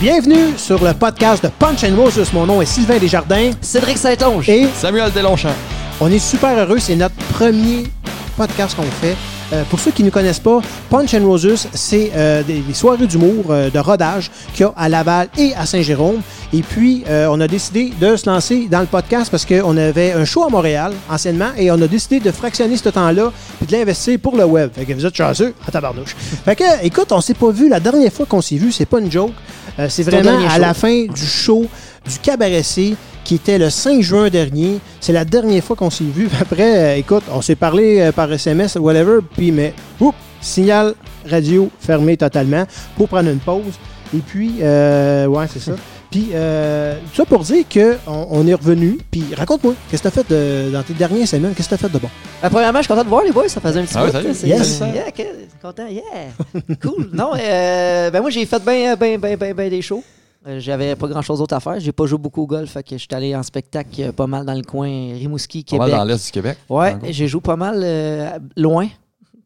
Bienvenue sur le podcast de Punch and Roses. Mon nom est Sylvain Desjardins Cédric Saint-Onge. et Samuel Delonchamp. on est super heureux. C'est notre premier podcast qu'on fait. Euh, pour ceux qui ne connaissent pas, Punch and Roses, c'est euh, des, des soirées d'humour euh, de rodage qu'il y a à Laval et à Saint-Jérôme. Et puis, euh, on a décidé de se lancer dans le podcast parce qu'on avait un show à Montréal anciennement et on a décidé de fractionner ce temps-là puis de l'investir pour le web. Fait que vous êtes chanceux à tabarnouche. Fait que, écoute, on s'est pas vu la dernière fois qu'on s'est vu, c'est pas une joke. Euh, c'est ton vraiment dernier à show. la fin du show du Cabaret C qui était le 5 juin dernier. C'est la dernière fois qu'on s'est vu. Après, euh, écoute, on s'est parlé euh, par SMS, whatever, puis mais, oups, signal radio fermé totalement pour prendre une pause. Et puis, euh, ouais, c'est ça. Puis, euh, tout ça pour dire qu'on on est revenu. Puis, raconte-moi, qu'est-ce que t'as fait de- dans tes dernières semaines? Qu'est-ce que t'as fait de bon? Euh, premièrement, je suis content de voir les boys, ça faisait un petit Ah bout. oui, salut. là, c'est- Yes. c'est- Yeah, que- content, yeah. cool. Non, euh, ben moi, j'ai fait ben, ben, ben, ben, ben des shows. Euh, J'avais pas grand chose d'autre à faire. J'ai pas joué beaucoup au golf, fait que j'étais allé en spectacle euh, pas mal dans le coin Rimouski, Pas mal Québec. dans l'Est du Ah, Québec. Ouais, En gros. j'ai joué pas mal euh, loin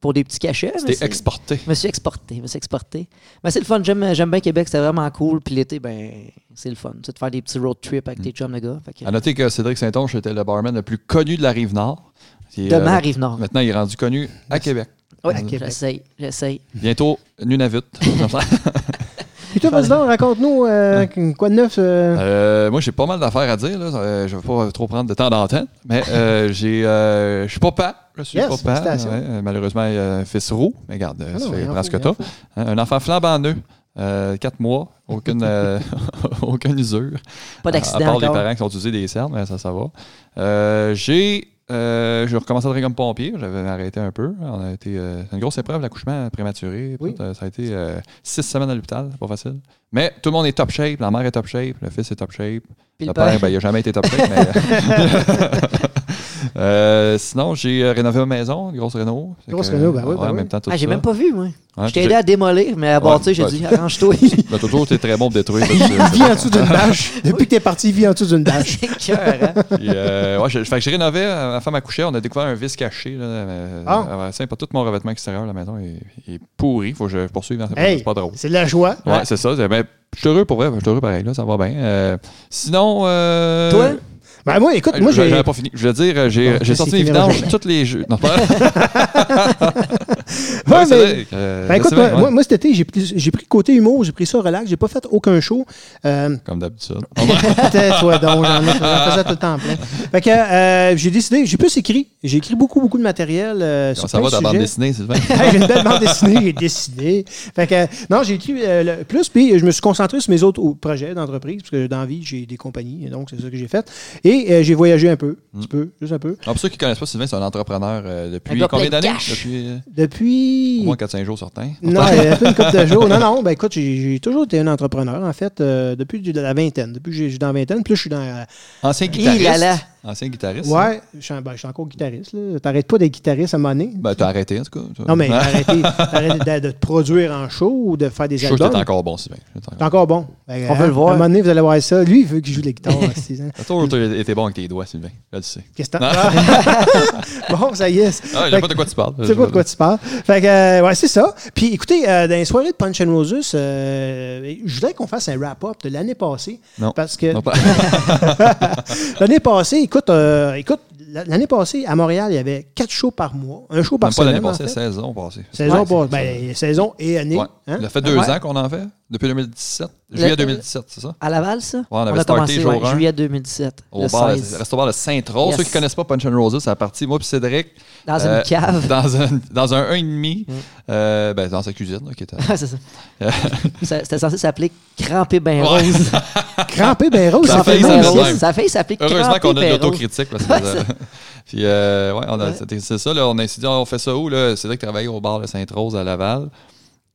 pour des petits cachets. mais C'était c'est- exporté. Je me suis exporté, je me suis exporté. Mais c'est le fun, j'aime j'aime bien Québec, c'était vraiment cool. Puis l'été, ben, c'est le fun. C'est de faire des petits road trips Mm. avec tes chums de gars. Fait que, À noter que Cédric Saint-Onge était le barman le plus connu de la rive nord. Il est, euh, demain, arrive nord. Maintenant, il est rendu connu à Québec. Ouais, à Québec. j'essaye, j'essaye. Bientôt, Nunavut. Et toi, vas-y donc, raconte-nous euh, quoi de neuf? euh, Euh, moi, j'ai pas mal d'affaires à dire. Là. Euh, je ne vais pas trop prendre de temps d'antenne. Mais euh, j'ai, euh, je suis papa. Je suis Yes, papa. félicitations. Ouais, euh, malheureusement, il a un fils roux. Mais regarde, euh, Ah ça non, fait rien prendre ce que fou, t'as. rien Hein, un enfant flambant neuf. euh, quatre mois, aucune, euh, aucune usure. Pas À d'accident part les encore. parents qui sont usés des cernes, mais ça, ça va. Euh, j'ai. euh, je recommencé à travailler comme pompier. J'avais arrêté un peu. On a été, euh, c'est une grosse épreuve, l'accouchement prématuré. Oui. Tout, euh, ça a été euh, six semaines à l'hôpital. C'est pas facile. Mais tout le monde est top shape. La mère est top shape. Le fils est top shape. Puis le père, ben, il n'a jamais été top shape. mais- Euh, sinon, j'ai euh, rénové ma maison. Une grosse réno. C'est Grosse que, réno, ben oui, ouais, ben en oui. même temps, tout Ah, j'ai ça. même pas vu, moi. Ouais, je t'ai j'ai- aidé à démolir, mais à bâtir, j'ai ouais. dit, arrange-toi. ben, toujours, été très bon pour détruire. parce que- Vis en dessous d'une bâche. Depuis que t'es parti, vis en dessous d'une bâche. C'est cœur, hein? Puis, euh, ouais, je- fait que j'ai rénové, euh, ma femme a couché, on a découvert un vice caché. Là, euh, Ah. euh, c'est pas tout mon revêtement extérieur de la maison est, est pourri. Faut que je poursuive dans cette Hey, c'est pas drôle. c'est de la joie. Ouais, c'est ça. c'est- ben, je suis heureux pour vrai, je suis heureux pareil, là, ça va bien. Euh, sinon. euh, Toi? Ben, moi, écoute, euh, moi, j'avais j'ai... pas fini. Je veux dire, euh, j'ai Non, j'ai c'est sorti fini, les vidanges Roger. tous les jeux. Non, pas. Ouais, Ouais, c'est mais- vrai, euh, Ben, c'est écoute, vrai, moi, ouais, moi, cet été, j'ai pris, j'ai pris le côté humour, j'ai pris ça relax, j'ai pas fait aucun show. Euh, Comme d'habitude. Tais-toi donc, j'en ai- j'en faisais tout le temps plein. Fait que euh, j'ai décidé, j'ai plus écrit. J'ai écrit beaucoup, beaucoup de matériel euh, sur ça plein de va ta bande sujets. dessinée, Sylvain. Hey, j'ai une belle bande dessinée, j'ai décidé. Fait que, euh, non, j'ai écrit euh, le plus, puis je me suis concentré sur mes autres au- projets d'entreprise, parce que dans la vie, j'ai des compagnies, donc c'est ça que j'ai fait. Et euh, j'ai voyagé un peu, un petit peu, juste un peu. Ah, pour ceux qui ne connaissent pas, Sylvain, c'est un entrepreneur euh, depuis gars combien plein de d'années cash. Depuis euh, au Depuis moins 4-5 jours certains. Non, un peu une couple de jours. Non, non, ben écoute, j'ai j'ai toujours été un entrepreneur, en fait, euh, depuis de la vingtaine. Depuis que j'ai- je suis dans la vingtaine, plus je suis dans. la- Ancien guitariste. Il là là. Ancien guitariste. hein? ouais, je suis, en- ben, je suis encore guitariste. là. T'arrêtes pas d'être guitariste à un moment donné. Ben, t'as arrêté, en tout cas. Non, mais Ah, arrêtez, arrêtez de, de te produire en show ou de faire des je suis sûr que albums. t'es encore bon, Sylvain. T'es encore bon. Ben, On hein, veut le voir. À un moment donné, vous allez voir ça. Lui, il veut que je joue de la guitare. c'est- hein. T'as toujours été bon avec tes doigts, Sylvain. Là, tu sais. Qu'est-ce que t'en- Bon, ça y est. Ah, je Fait sais pas de quoi tu parles. ben, Tu sais pas de quoi tu parles. Fait que, euh, ouais, c'est ça. Puis écoutez, euh, dans les soirées de Punch and Roses, euh, je voudrais qu'on fasse un wrap-up de l'année passée. Non. Parce que Non, pas- l'année passée, écoute, euh, écoute, la- l'année passée, à Montréal, il y avait quatre shows par mois. Un show par Même pas l'année semaine, en passée, fait. saison passée. Saison, Ouais, pas- c'est- ben, saison et année. Ouais. hein? Ça fait deux Ouais. ans qu'on en fait, depuis 2017. Le- euh, Juillet 2017, c'est ça? À Laval, ça? on avait a starté commencé jour ouais, un. juillet 2017. Au le bar, 16. restaurant bar de Saint-Rose. Yes. Ceux qui connaissent pas Punch and Roses, c'est la partie, moi puis Cédric. Dans euh, une cave. Mm. Dans un, dans un 1,5. Euh, ben, dans sa cuisine, là, qui était. Ah, c'est ça. Ça- C'était censé s'appeler Crampé Ben Ouais. Rose. Crampé, ben rose, ça Ça Crampé fait fait Ben ça, mal. de même. Rose. Ça fait s'appeler Crampé Heureusement qu'on a de Ben Rose. l'autocritique. parce que, euh, Puis, euh, ouais, on a- c'était- c'est ça, là, on a dit, on fait ça où, là? C'est vrai que travaillait au bar de Sainte-Rose à Laval.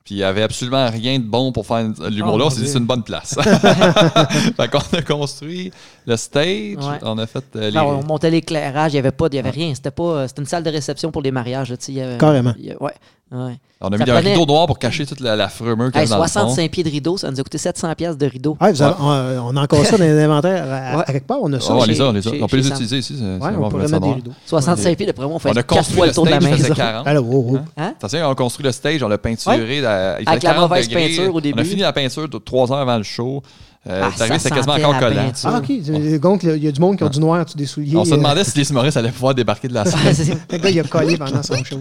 Puis, il n'y avait absolument rien de bon pour faire de Oh, l'humour-là. mon on s'est dit, Dieu. c'est une bonne place. fait qu'on a construit le stage. On a fait euh, les. Non, on montait l'éclairage, il n'y avait pas, il y avait rien. C'était pas, euh, c'était une salle de réception pour les mariages. là, tu sais, il y avait- Carrément. il y a- ouais. Ouais. On a Ça mis un prenait- rideau noir pour cacher toute la, la frumeur qu'il y Hey, a dans le fond. 65 pieds de rideau, ça nous a coûté 700 pièces de rideau. Ouais, vous Ouais. avez- on, on a encore ça dans les inventaires à, à Ouais. quelque part. On a ça. Ah, on chez- les a, on les a. chez- On peut chez les Sam. utiliser ici. c'est- Ouais, c'est bon, on pourrait mettre ça mettre des noir. rideaux. 65 pieds, d'après moi, on fait On a 4 construit fois le le tour de la stage, il faisait maison. 40. Alors, oh, oh. Hein? Hein? Attention, on a construit le stage, on l'a peinturé. à- il faisait Avec la 40 mauvaise degrés. peinture au début. On a fini la peinture de- trois heures avant le show. Euh, Ah, c'est arrivé, ça c'était quasiment sentait encore la collant. peinture. Ah, OK. Donc, il y a du monde qui a du noir sous des souliers. On se euh, demandait si les humoristes allaient pouvoir débarquer de la salle. Ouais, c'est- Le gars, il a collé pendant son show.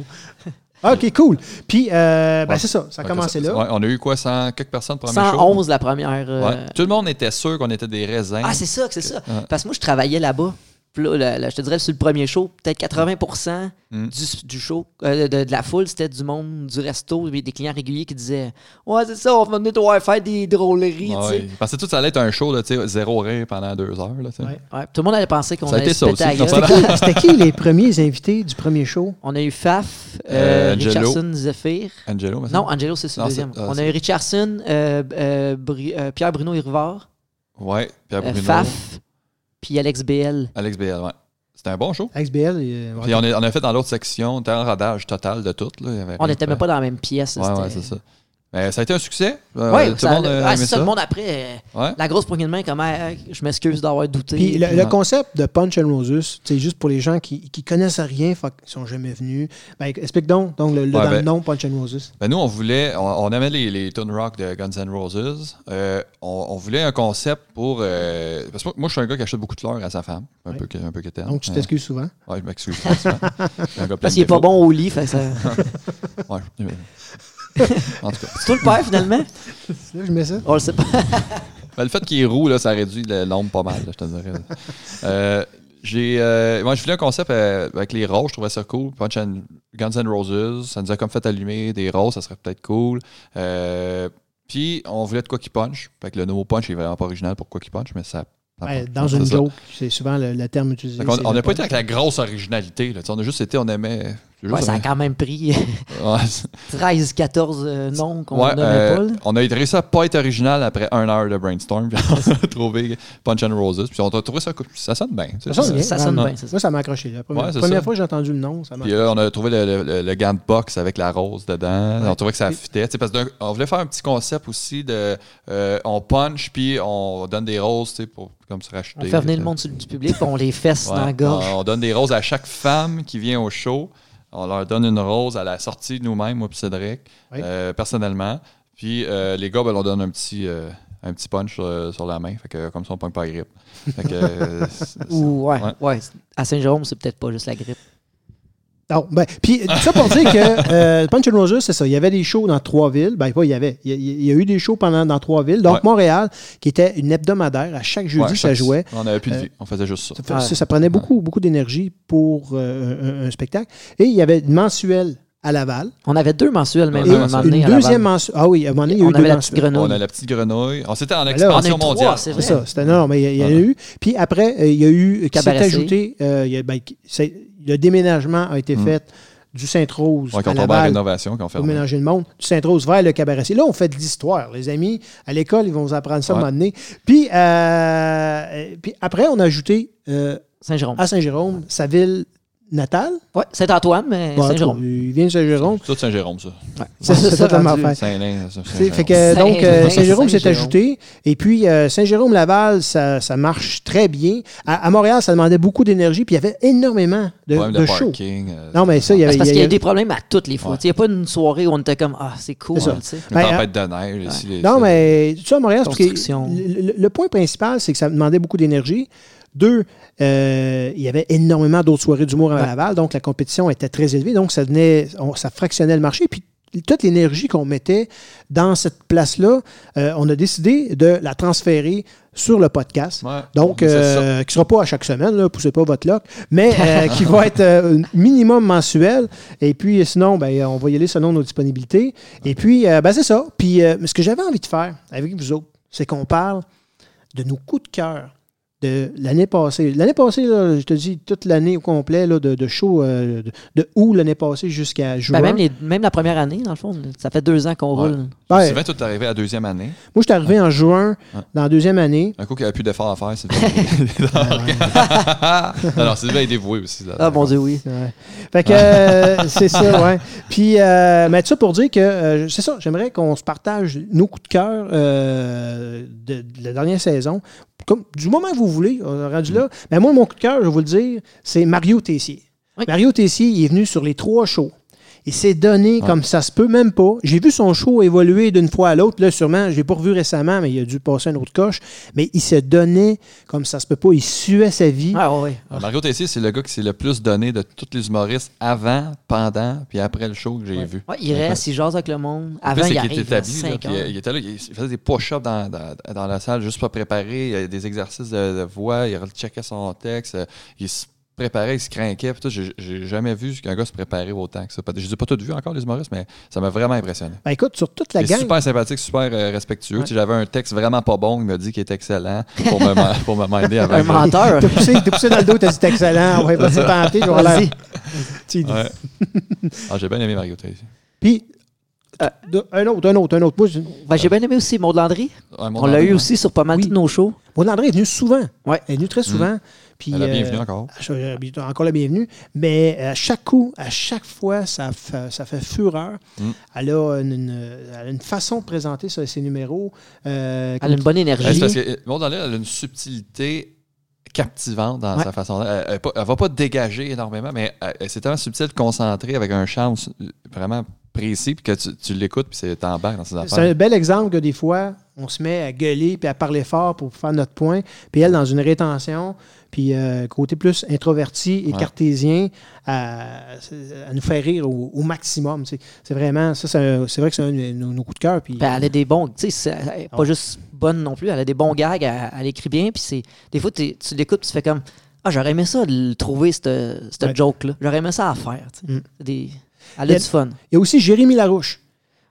OK, cool. Puis, euh, ben, Ouais. c'est ça. Ça a Fait que commencé ça- là. ouais, on a eu quoi, 100 quelques personnes pour premier show? 111 la première. euh, Ouais. Tout le monde était sûr qu'on était des raisins. Ah, c'est ça, que c'est ça. Ouais. Parce que moi, je travaillais là-bas. Puis là, là, là, je te dirais, sur le premier show, peut-être 80 Mm. du, du show, euh, de, de la foule, c'était du monde du resto, puis des clients réguliers qui disaient Ouais, c'est ça, on va venir te voir faire des Ouais, drôleries. tu ouais. sais. Ils pensaient tout que ça allait être un show de tu sais, zéro rire pendant deux heures. Là, tu sais. Ouais. Ouais, puis tout le monde allait penser qu'on Ça a allait été se ça péter la aussi, gueule. ça. C'était qui- C'était qui les premiers invités du premier show? On a eu Faf, Euh, euh, Angelo. Richardson, Zephyr. Angelo, mais ça- Non, Angelo, c'est sur Non, le deuxième. c'est- ah, on a c'est- eu Richardson, euh, euh, Bri- euh, Pierre Bruno Irvard, Ouais, Pierre euh, Bruno. Faf, puis Alex BL. Alex BL, ouais. C'était un bon show. XBL. euh, Puis on, est- on a fait dans l'autre section, on était en radage total de tout. Là. Il y avait On rien n'était de- même pas dans la même pièce. Ouais, ouais, c'était- c'est ça. Mais ça a été un succès. Euh, Ouais, tout ça- le monde a ah, aimé c'est ça, ça. le monde après. euh, Ouais. La grosse poignée de main, comme Ah, je m'excuse d'avoir douté. Puis le, Puis- le concept de Punch and Roses, c'est juste pour les gens qui, qui connaissent rien, fuck, qui sont jamais venus. Ben, explique donc, donc le, le- Ouais, dans le ben- nom Punch and Roses. Ben, nous, on voulait, on, on aimait les, les tunes rock de Guns N' Roses. Euh, on, on voulait un concept pour. euh, parce que moi, je suis un gars qui achète beaucoup de fleurs à sa femme. Un Ouais. peu, que- un peu quétaine. Donc tu Euh, t'excuses souvent. ouais, je m'excuse. franchement. Je suis un gars plein de Parce qu'il est pas défauts. bon au lit. Fait que ça... Ouais, je- en tout cas. C'est tout le père, finalement. C'est Là, que je mets ça. On le sait pas. Ben, le fait qu'il est roux, là, ça réduit le nombre pas mal, là, je te dirais. Euh, j'ai, euh, moi, je voulais un concept euh, avec les roses, je trouvais ça cool. Punch and- Guns N' Roses, ça nous a comme fait allumer des roses, ça serait peut-être cool. Euh, Puis, on voulait de quoi qui punch. Fait que le nouveau punch, il est vraiment pas original pour quoi qui punch, mais ça. Ouais, dans une zone. joke, c'est souvent le, le terme utilisé. c'est on le n'a pas punch. été avec la grosse originalité. Là, Tu sais, on a juste été, on aimait. c'est juste Ouais, ça a aimé- quand même pris Ouais, 13, 14 euh, noms qu'on Ouais, nommait euh, pas. là. on a réussi à pas être original après un heure de brainstorm. Puis on a trouvé Punch and Roses. Puis on a trouvé ça, cou- ça sonne bien. tu sais, Ça sonne ça- bien. ça sonne Ouais. bien, c'est ça. Moi, ça m'a accroché. La première, Ouais, c'est première ça. fois que j'ai entendu le nom, ça m'a Puis là, on a trouvé le, le- le- le gant de boxe avec la rose dedans. On trouvait que ça fitait. Tu sais, Parce qu'on voulait faire un petit concept aussi de euh, on punch puis on donne des roses tu sais, pour comme se euh, racheter. On fait venir le monde sur- du public, puis on les fesse Ouais. Ah, dans la gorge. On, on donne des roses à chaque femme qui vient au show. On leur donne une rose à la sortie nous-mêmes, moi et Cédric, Oui. euh, personnellement. Puis euh, les gars, ben, leur donne un petit, euh, un petit punch euh, sur, sur la main. Fait que comme ça, on pogne pas la grippe. Fait que, euh, c'est- Ou, ouais, Ouais. ouais. À Saint-Jérôme, c'est peut-être pas juste la grippe. Non, ben, puis tout ça pour dire que euh, Punch and Roses, c'est ça. Il y avait des shows dans trois villes. Ben, pas il y avait. Il y a, il y a eu des shows pendant dans trois villes. Donc, Ouais. Montréal, qui était une hebdomadaire, à chaque jeudi, ouais, ça jouait. On avait plus de Euh, vie. On faisait juste ça. Ça, fait- Ouais. ça- ça prenait beaucoup, beaucoup d'énergie pour euh, un, un spectacle. Et il y avait une mensuelle à Laval. On avait deux mensuels, même, et Ouais, à ouais, un moment ouais. donné, une à la deuxième barre. mensuelle. Ah oui, à un moment donné, il y a eu On deux avait la petite mensuelles. On a grenouille. la petite grenouille. On s'était en on est expansion trois, mondiale. c'est C'est ça, Ouais. c'était non, mais il y a- il y, en a Ouais. eu. Puis après, euh, il y a eu, qui s'est Cabaret C. ajouté, euh, il y a- ben, qui- c'est- le déménagement a été Mm. fait du Sainte-Rose Ouais, à quand on va à Laval rénovation, quand on fait pour mélanger le monde, du Sainte-Rose vers le cabaret. C. Là, on fait de l'histoire, les amis. À l'école, ils vont vous apprendre ça à un Ouais. moment donné. Puis, euh, puis après, on a ajouté euh, Saint-Jérôme. à Saint-Jérôme, sa ville natale. Ouais, Saint-Antoine, mais Bon, en tout cas, Saint-Jérôme. il vient de Saint-Jérôme. Tout Saint-Jérôme, ça. Ça, Ouais, c'est c'est ça ça, la même rendu. affaire. Saint-Lin, ça, Tu sais, Saint-Jérôme. Fait que, Saint- donc, euh, Saint- Saint-Jérôme s'est Saint-Jérôme. ajouté. Et puis, euh, Saint-Jérôme-Laval, ça, ça marche très bien. À, à Montréal, ça demandait beaucoup d'énergie, puis il y avait énormément de, Problème de de shows. parking, euh, Non, mais ça, il y C'est avait. parce il qu'il y y a eu avait- des problèmes à toutes les fois. Ouais. Tu sais, Il n'y a pas une soirée où on était comme Ah, c'est cool. C'est ça. tu sais. Une Ben, tempête de neige, ici, les- Non, mais tout ça à Montréal, c'est parce que Construction. le, le- le point principal, c'est que ça demandait beaucoup d'énergie. Deux, euh, il y avait énormément d'autres soirées d'humour à Ouais. Laval, donc la compétition était très élevée, donc ça venait, on- ça fractionnait le marché. Puis toute l'énergie qu'on mettait dans cette place-là, euh, on a décidé de la transférer sur le podcast. Ouais. Donc, Mais c'est ça. euh, qui ne sera pas à chaque semaine, là, poussez pas votre loc, mais euh, qui va être euh, minimum mensuel. Et puis, sinon, ben, on va y aller selon nos disponibilités. Et puis, euh, ben, c'est ça. Puis, euh, ce que j'avais envie de faire avec vous autres, c'est qu'on parle de nos coups de cœur de l'année passée. L'année passée, là, je te dis, toute l'année au complet, là, de, de show, euh, de, de août l'année passée jusqu'à juin. Ben, même, les- même la première année, dans le fond, là, ça fait deux ans qu'on Ouais. roule. Ouais, Sylvain, tout est arrivé à la deuxième année. Ben, moi, je suis arrivé en juin, dans la deuxième année. Un coup qu'il n'y a plus d'efforts à faire, c'est Non, non, Sylvain est dévoué aussi. là. Ah, mon Dieu, oui. Ouais. Fait que euh, c'est ça, ouais. Puis, euh, mais tout ça pour dire que euh, c'est ça, j'aimerais qu'on se partage nos coups de cœur euh, de, de la dernière saison. Comme, du moment que vous voulez, on est Mm. rendu là. Mais moi, mon coup de cœur, je vais vous le dire, c'est Mario Tessier. Oui. Mario Tessier, il est venu sur les trois shows. Il s'est donné comme ça se peut même pas. J'ai vu son show évoluer d'une fois à l'autre. Là, sûrement, je l'ai pas revu récemment, mais il a dû passer un autre coche. Mais il se donnait comme ça se peut pas. Il suait sa vie. Ah, ouais, ouais. Alors, Euh, Mario Tessier, c'est le gars qui s'est le plus donné de tous les humoristes avant, pendant, puis après le show que j'ai vu. Ouais, il reste, il jase avec le monde. Le plus, Avant, c'est il qu'il arrive était établi, là, 5 puis, euh, il était là, il il faisait des push-ups dans, dans- dans la salle juste pour préparer, il y avait des exercices de, de voix, il checkait son texte, euh, il se préparait, il se craquait. puis tout. J'ai- J'ai jamais vu qu'un gars se préparer autant que ça. Peut-être- Je les ai pas tous vus encore, les humoristes, mais ça m'a vraiment impressionné. Ben, écoute, sur toute la Il est gang, super sympathique, super euh, respectueux. Tu sais, J'avais un texte vraiment pas bon, il m'a dit qu'il était excellent pour me, pour me minder Un avant. menteur. T'as poussé, t'as poussé dans le dos, t'as dit t'es excellent, on va passer par la tête, euh, je vais Vas-y. l'air. Tu dis. Ouais. Ah, J'ai bien aimé Mario Tessier. Puis, de- un autre, un autre, un autre. Moi, je- Ben, J'ai bien aimé aussi Maud Landry. Ouais, mon On l'a André, eu ouais. aussi sur pas mal Oui. tous nos shows. Maud Landry est venue souvent. Ouais. Elle est venue très souvent. Puis, Mm. Elle est euh, bienvenue encore. je- je- encore la bienvenue. Mais euh, à chaque coup, à chaque fois, ça, fa- ça fait fureur. Mm. Elle, a une, une- elle a une façon de présenter ça, ses numéros. euh, Elle a une bonne Ouais, c'est parce énergie. que euh, Maud Landry, elle a une subtilité captivante dans Ouais. sa façon. d'être. Elle, elle, est pas- elle va pas dégager énormément, mais elle- elle- c'est tellement subtil, concentré, avec un charme su- vraiment précis, puis que tu, tu l'écoutes, puis c'est t'embarques dans ses C'est affaires. un bel exemple que des fois, on se met à gueuler puis à parler fort pour faire notre point. Puis elle, dans une rétention, puis euh, côté plus introverti et Ouais. cartésien, à, à nous faire rire au, au maximum. tu sais. C'est vraiment, ça, c'est un- c'est vrai que c'est un de nos, nos coups de cœur. Puis, Ben, elle a des bons. Tu sais, c'est- elle est pas Ouais. juste bonne non plus. Elle a des bons gags. Elle, elle écrit bien. Puis c'est. Des fois, t'es- tu l'écoutes, puis tu fais comme. Ah, j'aurais aimé ça de le trouver, cette, cette Ouais. joke-là. J'aurais aimé ça à faire. tu sais. Mm. Des... Elle a Elle- du fun. Il y a aussi Jérémy Larouche.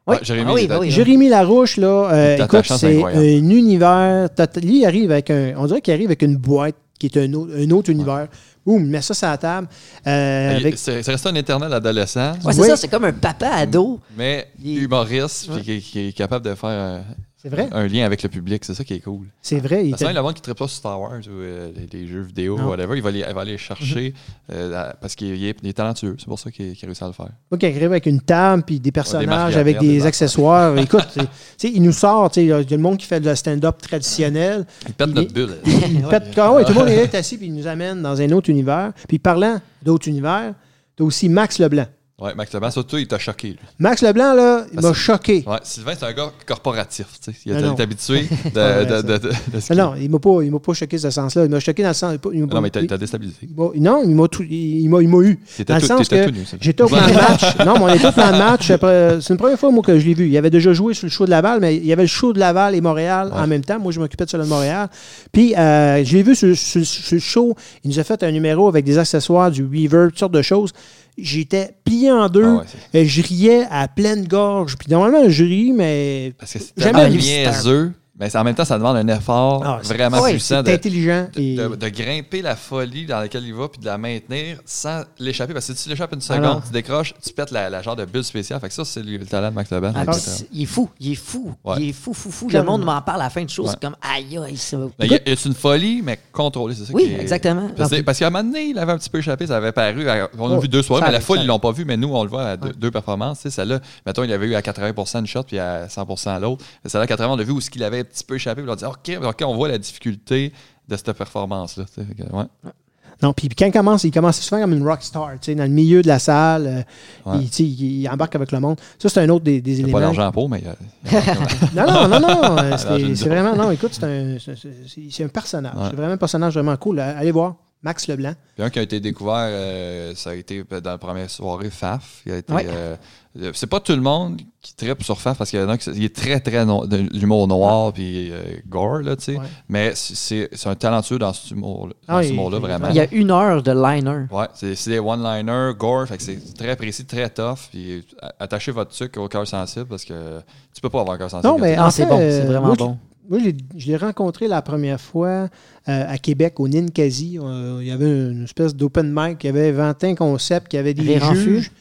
Ouais, Jérémy, Ah il oui, est ben oui. Jérémy Larouche, là, euh, Il est écoute, attachant, c'est c'est incroyable. un univers. total- Lui, il arrive avec un. On dirait qu'il arrive avec une boîte qui est un autre, un autre univers. Ouh, mais ça, ça à table. Euh, Ben, Il- avec- C'est c'est resté un éternel adolescent, Ouais, c'est Oui. ça. C'est comme un papa Mm. ado. mais Il- humoriste, puis qui, qui est capable de faire euh, C'est vrai, un lien avec le public. C'est ça qui est cool. c'est vrai. il Parce que était- le monde qui ne pas sur Star Wars ou euh, les, les jeux vidéo, Non. Mm-hmm. whatever, il va aller, il va aller chercher euh, la- parce qu'il est, il est talentueux. C'est pour ça qu'il qu'il a réussi à le faire. Moi qui arrive avec une table puis des personnages marionnettes, avec des des affaires. accessoires. Écoute, tu sais, il nous sort, tu sais, il y a le monde qui fait de la stand-up traditionnel. Il pète Il notre est- bulle. Il pète- ah ouais, tout le monde est assis puis il nous amène dans un autre univers. Puis parlant d'autres univers, t'as aussi Max Leblanc. Ouais, Max Leblanc, surtout, il t'a choqué. lui. Max Leblanc, là, il Parce- m'a choqué. Ouais, Sylvain, c'est un gars corporatif. tu sais. Il est, Non, Ah non. il est habitué de, vrai, de, ça. de, de- de ce Mais qu'il- Ah non, il m'a pas, il m'a pas choqué ce sens-là. Il m'a choqué dans le sens. il m'a- Ah Non, mais t'as il- t'as déstabilisé. il m'a- Non, il m'a tout- il il m'a il m'a eu. T'étais Dans le tout- sens t'étais que tout nu, Sylvain. j'étais au plan de match. Non, mais on était au plan de match. Après, C'est une première fois, moi, que je l'ai vu. Il avait déjà joué sur le show de Laval, mais il y avait le show de Laval et Montréal en Ouais. même temps. Moi, je m'occupais de celui de Montréal. Puis, euh, je l'ai vu sur, sur- sur le show. Il nous a fait un numéro avec des accessoires, du Weaver, toutes sortes de choses. J'étais plié en deux. Ah ouais, c'est- Et je riais à pleine gorge. Puis, normalement, je ris, mais. Parce que c'est Jamais tellement lui, niaiseux, mais c'est- en même temps, ça demande un effort Ah, c'est- vraiment ouais, puissant c'est de, intelligent. de- et- de- de grimper la folie dans laquelle il va puis de la maintenir sans l'échapper. Parce que si tu l'échappes une Ah, seconde, non. tu décroches, tu pètes la, la genre de bulle spéciale. Fait que ça, c'est le, le talent de Max Leblanc. Ah, Fait que puis c'est- c'est- il est fou. Il est fou. Ouais. Il est fou, fou, fou. Le Clairement. monde m'en parle à la fin de choses. Ouais. C'est comme, aïe, aïe, ça va. Mais Il y a- il y a une folie, mais contrôlée, c'est ça Oui, qui est- exactement. Parce, que- parce qu'à un moment donné, il avait un petit peu échappé, ça avait paru. à- On a Ouais, vu deux soirées, Oh, ça mais la arrive, foule, ça ils l'ont pas vu, mais nous, on le voit à deux, Ouais. deux performances. tu sais, Celle-là, mettons, il avait eu à 80 une shot puis à 100 l'autre. Mais Celle-là, à 80 on a vu où ce qu'il avait un petit peu échappé. Puis on a dit, OK, OK, on voit la difficulté de cette performance-là. tu sais, fait que, ouais. Non, puis quand il commence, il commence souvent comme une rock star, tu sais, dans le milieu de la salle. euh, Ouais. il, tu sais, il- il embarque avec le monde. Ça, c'est un autre des, des Il n'y a éléments. pas d'argent Ah, pour, mais euh, il y a- Non, non, non, non. euh, Non, j'ai c'est- une C'est joke. vraiment, non, écoute, c'est un, c'est- c'est- c'est un personnage. Ouais. Ah, C'est vraiment un personnage vraiment cool. Euh, Allez voir, Max Leblanc. Puis un qui a été découvert, euh, ça a été dans la première soirée, FAF. Il a été, Ouais. euh, euh, c'est pas tout le monde qui tripe sur FAF parce qu'il y en a un qui il est très, très no- de l'humour noir puis euh, gore, là, tu sais. Ouais. Mais c- c'est c'est un talentueux dans ce humour-là, dans Ah, ce il- humour-là, il- vraiment. Il y a une heure de liner. Ouais, c'est c'est des one-liners, gore, fait que c'est très précis, très tough. Puis a- attachez votre sucre au cœur sensible parce que tu peux pas avoir un cœur sensible. Non, quand mais Non, en Ah, c'est fait, bon. euh, C'est vraiment moi, bon. moi, je l'ai- je l'ai rencontré la première fois euh, à Québec, au Ninkasi. Euh, il y avait une espèce d'open mic. Il y avait 21 concepts, il y avait des Rire en juges.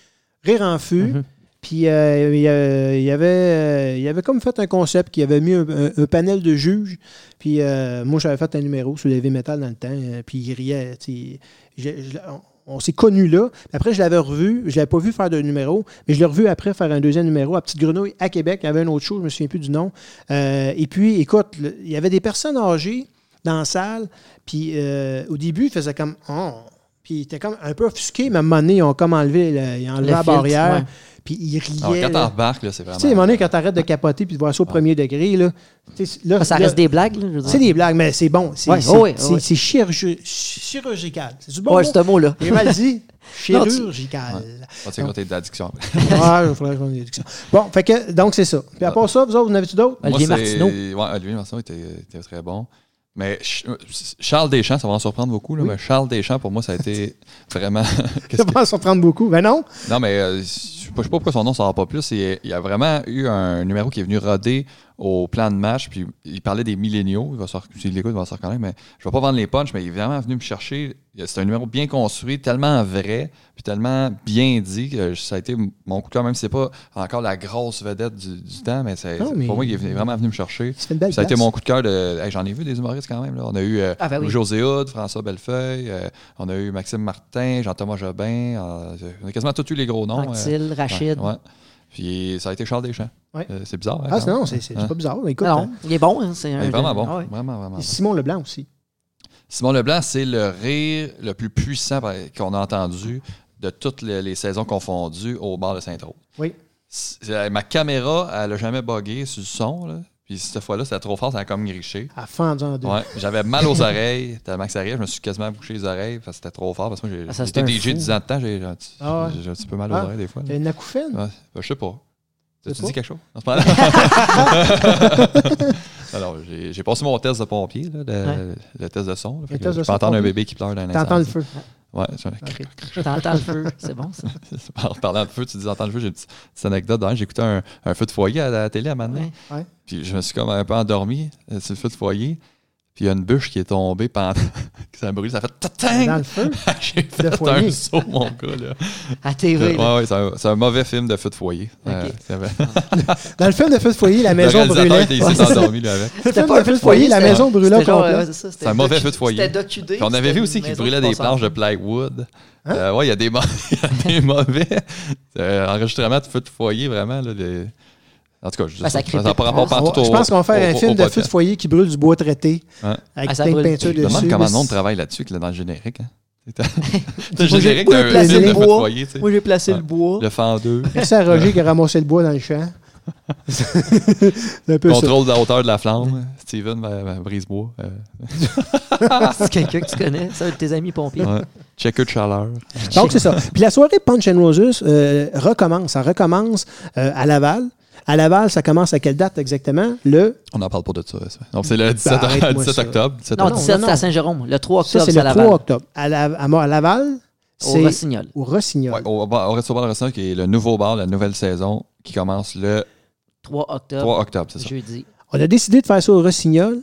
Rire en fût. Mhm. Puis euh, il y a- il y avait, euh, il avait comme fait un concept qui avait mis un, un- un panel de juges. Puis euh, moi, j'avais fait un numéro sur le heavy metal dans le temps. euh, Puis il riait. tu sais. Je- je- on on s'est connus là. Après, je l'avais revu. Je l'avais pas vu faire de numéro, mais je l'ai revu après faire un deuxième numéro à Petite Grenouille à Québec. Il y avait un autre show, je me souviens plus du nom. Euh, et puis, écoute, le- il y avait des personnes âgées dans la salle. Puis euh, au début, ils faisaient comme. Oh. Puis ils étaient comme un peu offusqués, mais à un moment donné, ils ont comme enlevé, le- ils ont enlevé Le la filtre, barrière. ouais. Puis ils riaient. Ah ouais, quand là. t'embarques, là, c'est vraiment. Tu sais, à un moment donné, quand t'arrêtes de capoter puis de voir ça au premier degré, là, tu sais, là, Ça là, reste des blagues, là, je veux dire. C'est des blagues, mais c'est bon. C'est Ouais, c'est- oh oui, oh c'est- oui. c'est chirurgi- chirurgical. C'est du bon Ouais, mot. ce mot-là. J'ai mal dit. Non, tu- Chirurgical. Ah, tu sais, quand t'es d'addiction. Ah, il faudrait que je prenne une déduction. Bon, fait que, donc c'est ça. Puis à part ça, vous autres, vous en avez-tu d'autres? Olivier Moi, c'est- Martineau. Ouais, Olivier Martineau était, était très bon. Mais Ch- euh, Charles Deschamps, ça va en surprendre beaucoup, là, mais Charles Deschamps, pour moi, ça a été vraiment. Qu'est-ce Ça que- va s'en prendre beaucoup. Ben non. Non, mais euh, je sais pas je sais pas pourquoi son nom sort pas plus. Il, il y a vraiment eu un numéro qui est venu roder au plan de match. Puis il parlait des milléniaux. Il va se rec- s'il l'écoute, il va se reconnaître. Mais je vais pas vendre les punchs, mais il est vraiment venu me chercher. C'est un numéro bien construit, tellement vrai, puis tellement bien dit que ça a été m- mon coup de cœur, même si c'est pas encore la grosse vedette du, du temps, mais, c'est Non, mais- pour moi, il est venu- vraiment venu me chercher. Ça fait une belle Ça a été place. mon coup de cœur. De... hey, J'en ai vu des humoristes quand même. là. On a eu euh, Ah, ben oui. José Hood, François Bellefeuille, euh, on a eu Maxime Martin, Jean-Thomas Jobin. euh, on a quasiment tous eu les gros noms. euh, Anctil, Rachid. ouais, ouais. Puis ça a été Charles Deschamps. Ouais. Euh, c'est bizarre. hein, Ah, quand c'est- même. non, c'est c'est Ouais. pas bizarre. Écoute, Ah non, il est bon. hein, c'est Il un est vraiment jeune- bon. Ah ouais. Vraiment, vraiment hein, bon. Simon Leblanc aussi. Simon Leblanc, c'est le rire le plus puissant par- qu'on a entendu de toutes les, les saisons confondues au bar de Saint-Rose. Oui. C'est- euh, Ma caméra, elle n'a jamais buggé sur le son. là. Puis cette fois-là, c'était trop fort, ça a comme griché. À fendu en deux. Ouais, j'avais mal aux oreilles, tellement que ça arrive, je me suis quasiment bouché les oreilles parce que c'était trop fort. Parce que moi, j'ai Ah, ça, j'étais c'est un DJ fou. 10 ans de temps, j'ai j'ai un, petit- Ah ouais. j'ai un petit peu mal aux Ah. oreilles des fois. là. T'as une acouphène? Ouais, ben, je sais pas. Tu sais pas. dit quelque chose? en ce moment-là? Alors, j'ai j'ai passé mon test de pompier, là, de- Ouais. le test de son. là, fait que test je de peux son entendre un pompier. bébé qui pleure dans T'entends le Ah. l'incendie. feu. Ouais, c'est un- T'entends le feu. C'est bon, ça. en parlant de feu, tu dis, entends le feu, j'ai une petite, petite anecdote. Hein, J'écoutais un, un feu de foyer à la télé à un moment donné. Ouais. Puis je me suis comme un peu endormi euh, sur le feu de foyer. Puis il y a une bûche qui est tombée pendant que ça a brûlé. Ça a fait Ah, Dans tatang! le feu. J'ai fait foyer. un saut, mon gars. Là. À TV. Ouais, là. ouais, c'est un, c'est un mauvais film de feu de foyer. Euh, c'est vrai. Dans le film de feu de foyer, la le maison réalisateur brûlait. était Ouais, ici c'est ça. endormi, lui, avec. Le film pas de un feu de foyer, la c'était- maison brûlait au c'était genre, ouais, complet. c'est ça, c'était C'est un mauvais docu- feu de foyer. C'était docudé. Puis on avait c'était vu aussi une qu'il maison brûlait des qui planches de plywood. Hein? Euh, ouais, il y a des, mo- il y a des mauvais euh, enregistrements de feu de foyer, vraiment. Là, des- En tout cas, je Ah, ça crée ça n'a pas rapport plus. On va- partout au Je pense qu'on va faire un au- au- film au de feu podcast. de foyer qui brûle du bois traité. Hein? Avec Ah, ça plein de brûle. peinture Je me dessus. demande comment le monde travaille là-dessus, que là, dans le générique. Hein? C'est c'est le générique Oui, d'un placer film de les feu de bois. foyer, tu sais. Moi, j'ai placé Ouais. le bois. Le fan 2, Merci à Roger qui a ramassé le bois dans le champ. c'est un peu ça. contrôle de la hauteur de la flamme, Steven ben, ben, Brisebois, euh, C'est quelqu'un que tu connais. C'est un de tes amis pompiers. ouais. checker de chaleur. Donc, c'est ça. Puis la soirée Punch and Roses euh, recommence. Ça recommence euh, à Laval. À Laval, ça commence à quelle date exactement? Le. On n'en parle pas de ça. ça. Donc, c'est le 17, Ben, arrête-moi 17 ça. octobre. 17 Non, non, 17, non. c'est à Saint-Jérôme. Le 3 Ça, octobre, c'est c'est le à 3 Laval. octobre. À, la- à Mo- à Laval, Au c'est Rossignol. au Rossignol. Ouais, au, bar- au Resto Bar Restaurant, qui est le nouveau bar, la nouvelle saison, qui commence le 3 Ah. octobre, 3 octobre, c'est ça. jeudi. On a décidé de faire ça au Rossignol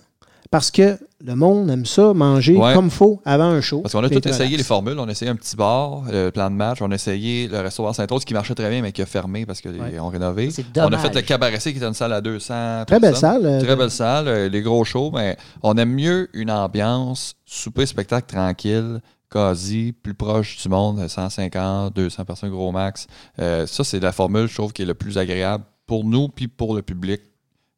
parce que le monde aime ça, manger Ouais. comme faut avant un show. Parce qu'on a Puis tout être essayé les relax. formules. On a essayé un petit bar, le plan de match. On a essayé le Resto Bar Saint-Rose qui marchait très bien, mais qui a fermé parce qu'ils Ouais. ont rénové. C'est On a dommage. fait le Cabaret C, qui était une salle à 200. Très belle personnes. salle. euh, Très belle salle, euh, les gros shows, mais on aime mieux une ambiance souper, spectacle tranquille, quasi, plus proche du monde, euh, 150, 200 personnes gros max. Euh, ça, c'est la formule, je trouve, qui est le plus agréable pour nous puis pour le public.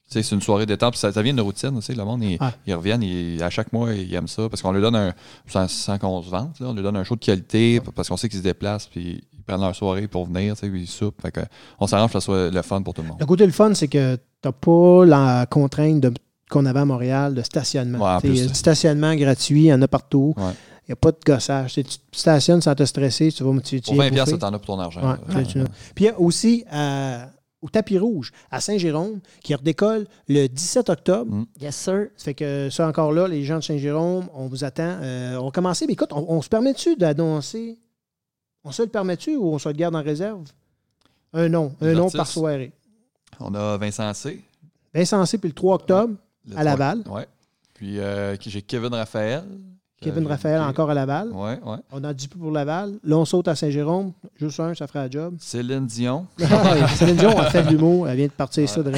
Tu sais, C'est une soirée détente, puis ça, ça vient de routine aussi. Le monde, ils, Ouais. ils reviennent ils- à chaque mois, ils aiment ça parce qu'on leur donne un. sans, sans qu'on se vante, là, on leur donne un show de qualité p- parce qu'on sait qu'ils se déplacent, puis ils prennent leur soirée pour venir, tu sais, ils soupent. Fait que, on s'arrange que ce soit le fun pour tout le monde. Le côté le fun, c'est que t'as pas la contrainte de- qu'on avait à Montréal de stationnement. Ouais, en T'sais, plus, il y a ça. du stationnement gratuit, il y en a partout. Il Ouais. n'y a pas de gossage. T'sais, tu stationnes sans te stresser, tu vas me tu, tu Pour viens 20$, piastres, bouffer. ça t'en a pour ton argent. Ouais, Ouais. tu- tu- Puis il y a aussi à- au tapis rouge à Saint-Jérôme qui redécolle le 17 octobre. Yes, Euh, sir. Ça fait que ça encore là, les gens de Saint-Jérôme, on vous attend. Euh, on va commencer. Mais écoute, on, on se permet-tu d'annoncer? On se le permet-tu ou on se le garde en réserve? Un nom, un Les nom artistes? par soirée. On a Vincent C. Vincent C, puis le 3 octobre. Le À Laval. trois- Ouais. Puis euh, qui- j'ai Kevin Raphaël. Kevin Euh, Raphaël qui- encore à Laval. Ouais, ouais. On a dit peu pour Laval. Là, on saute à Saint-Jérôme. Juste un, ça ferait la job. Céline Dion. Ah, Céline Dion a fait de l'humour. Elle vient de partir ça de là.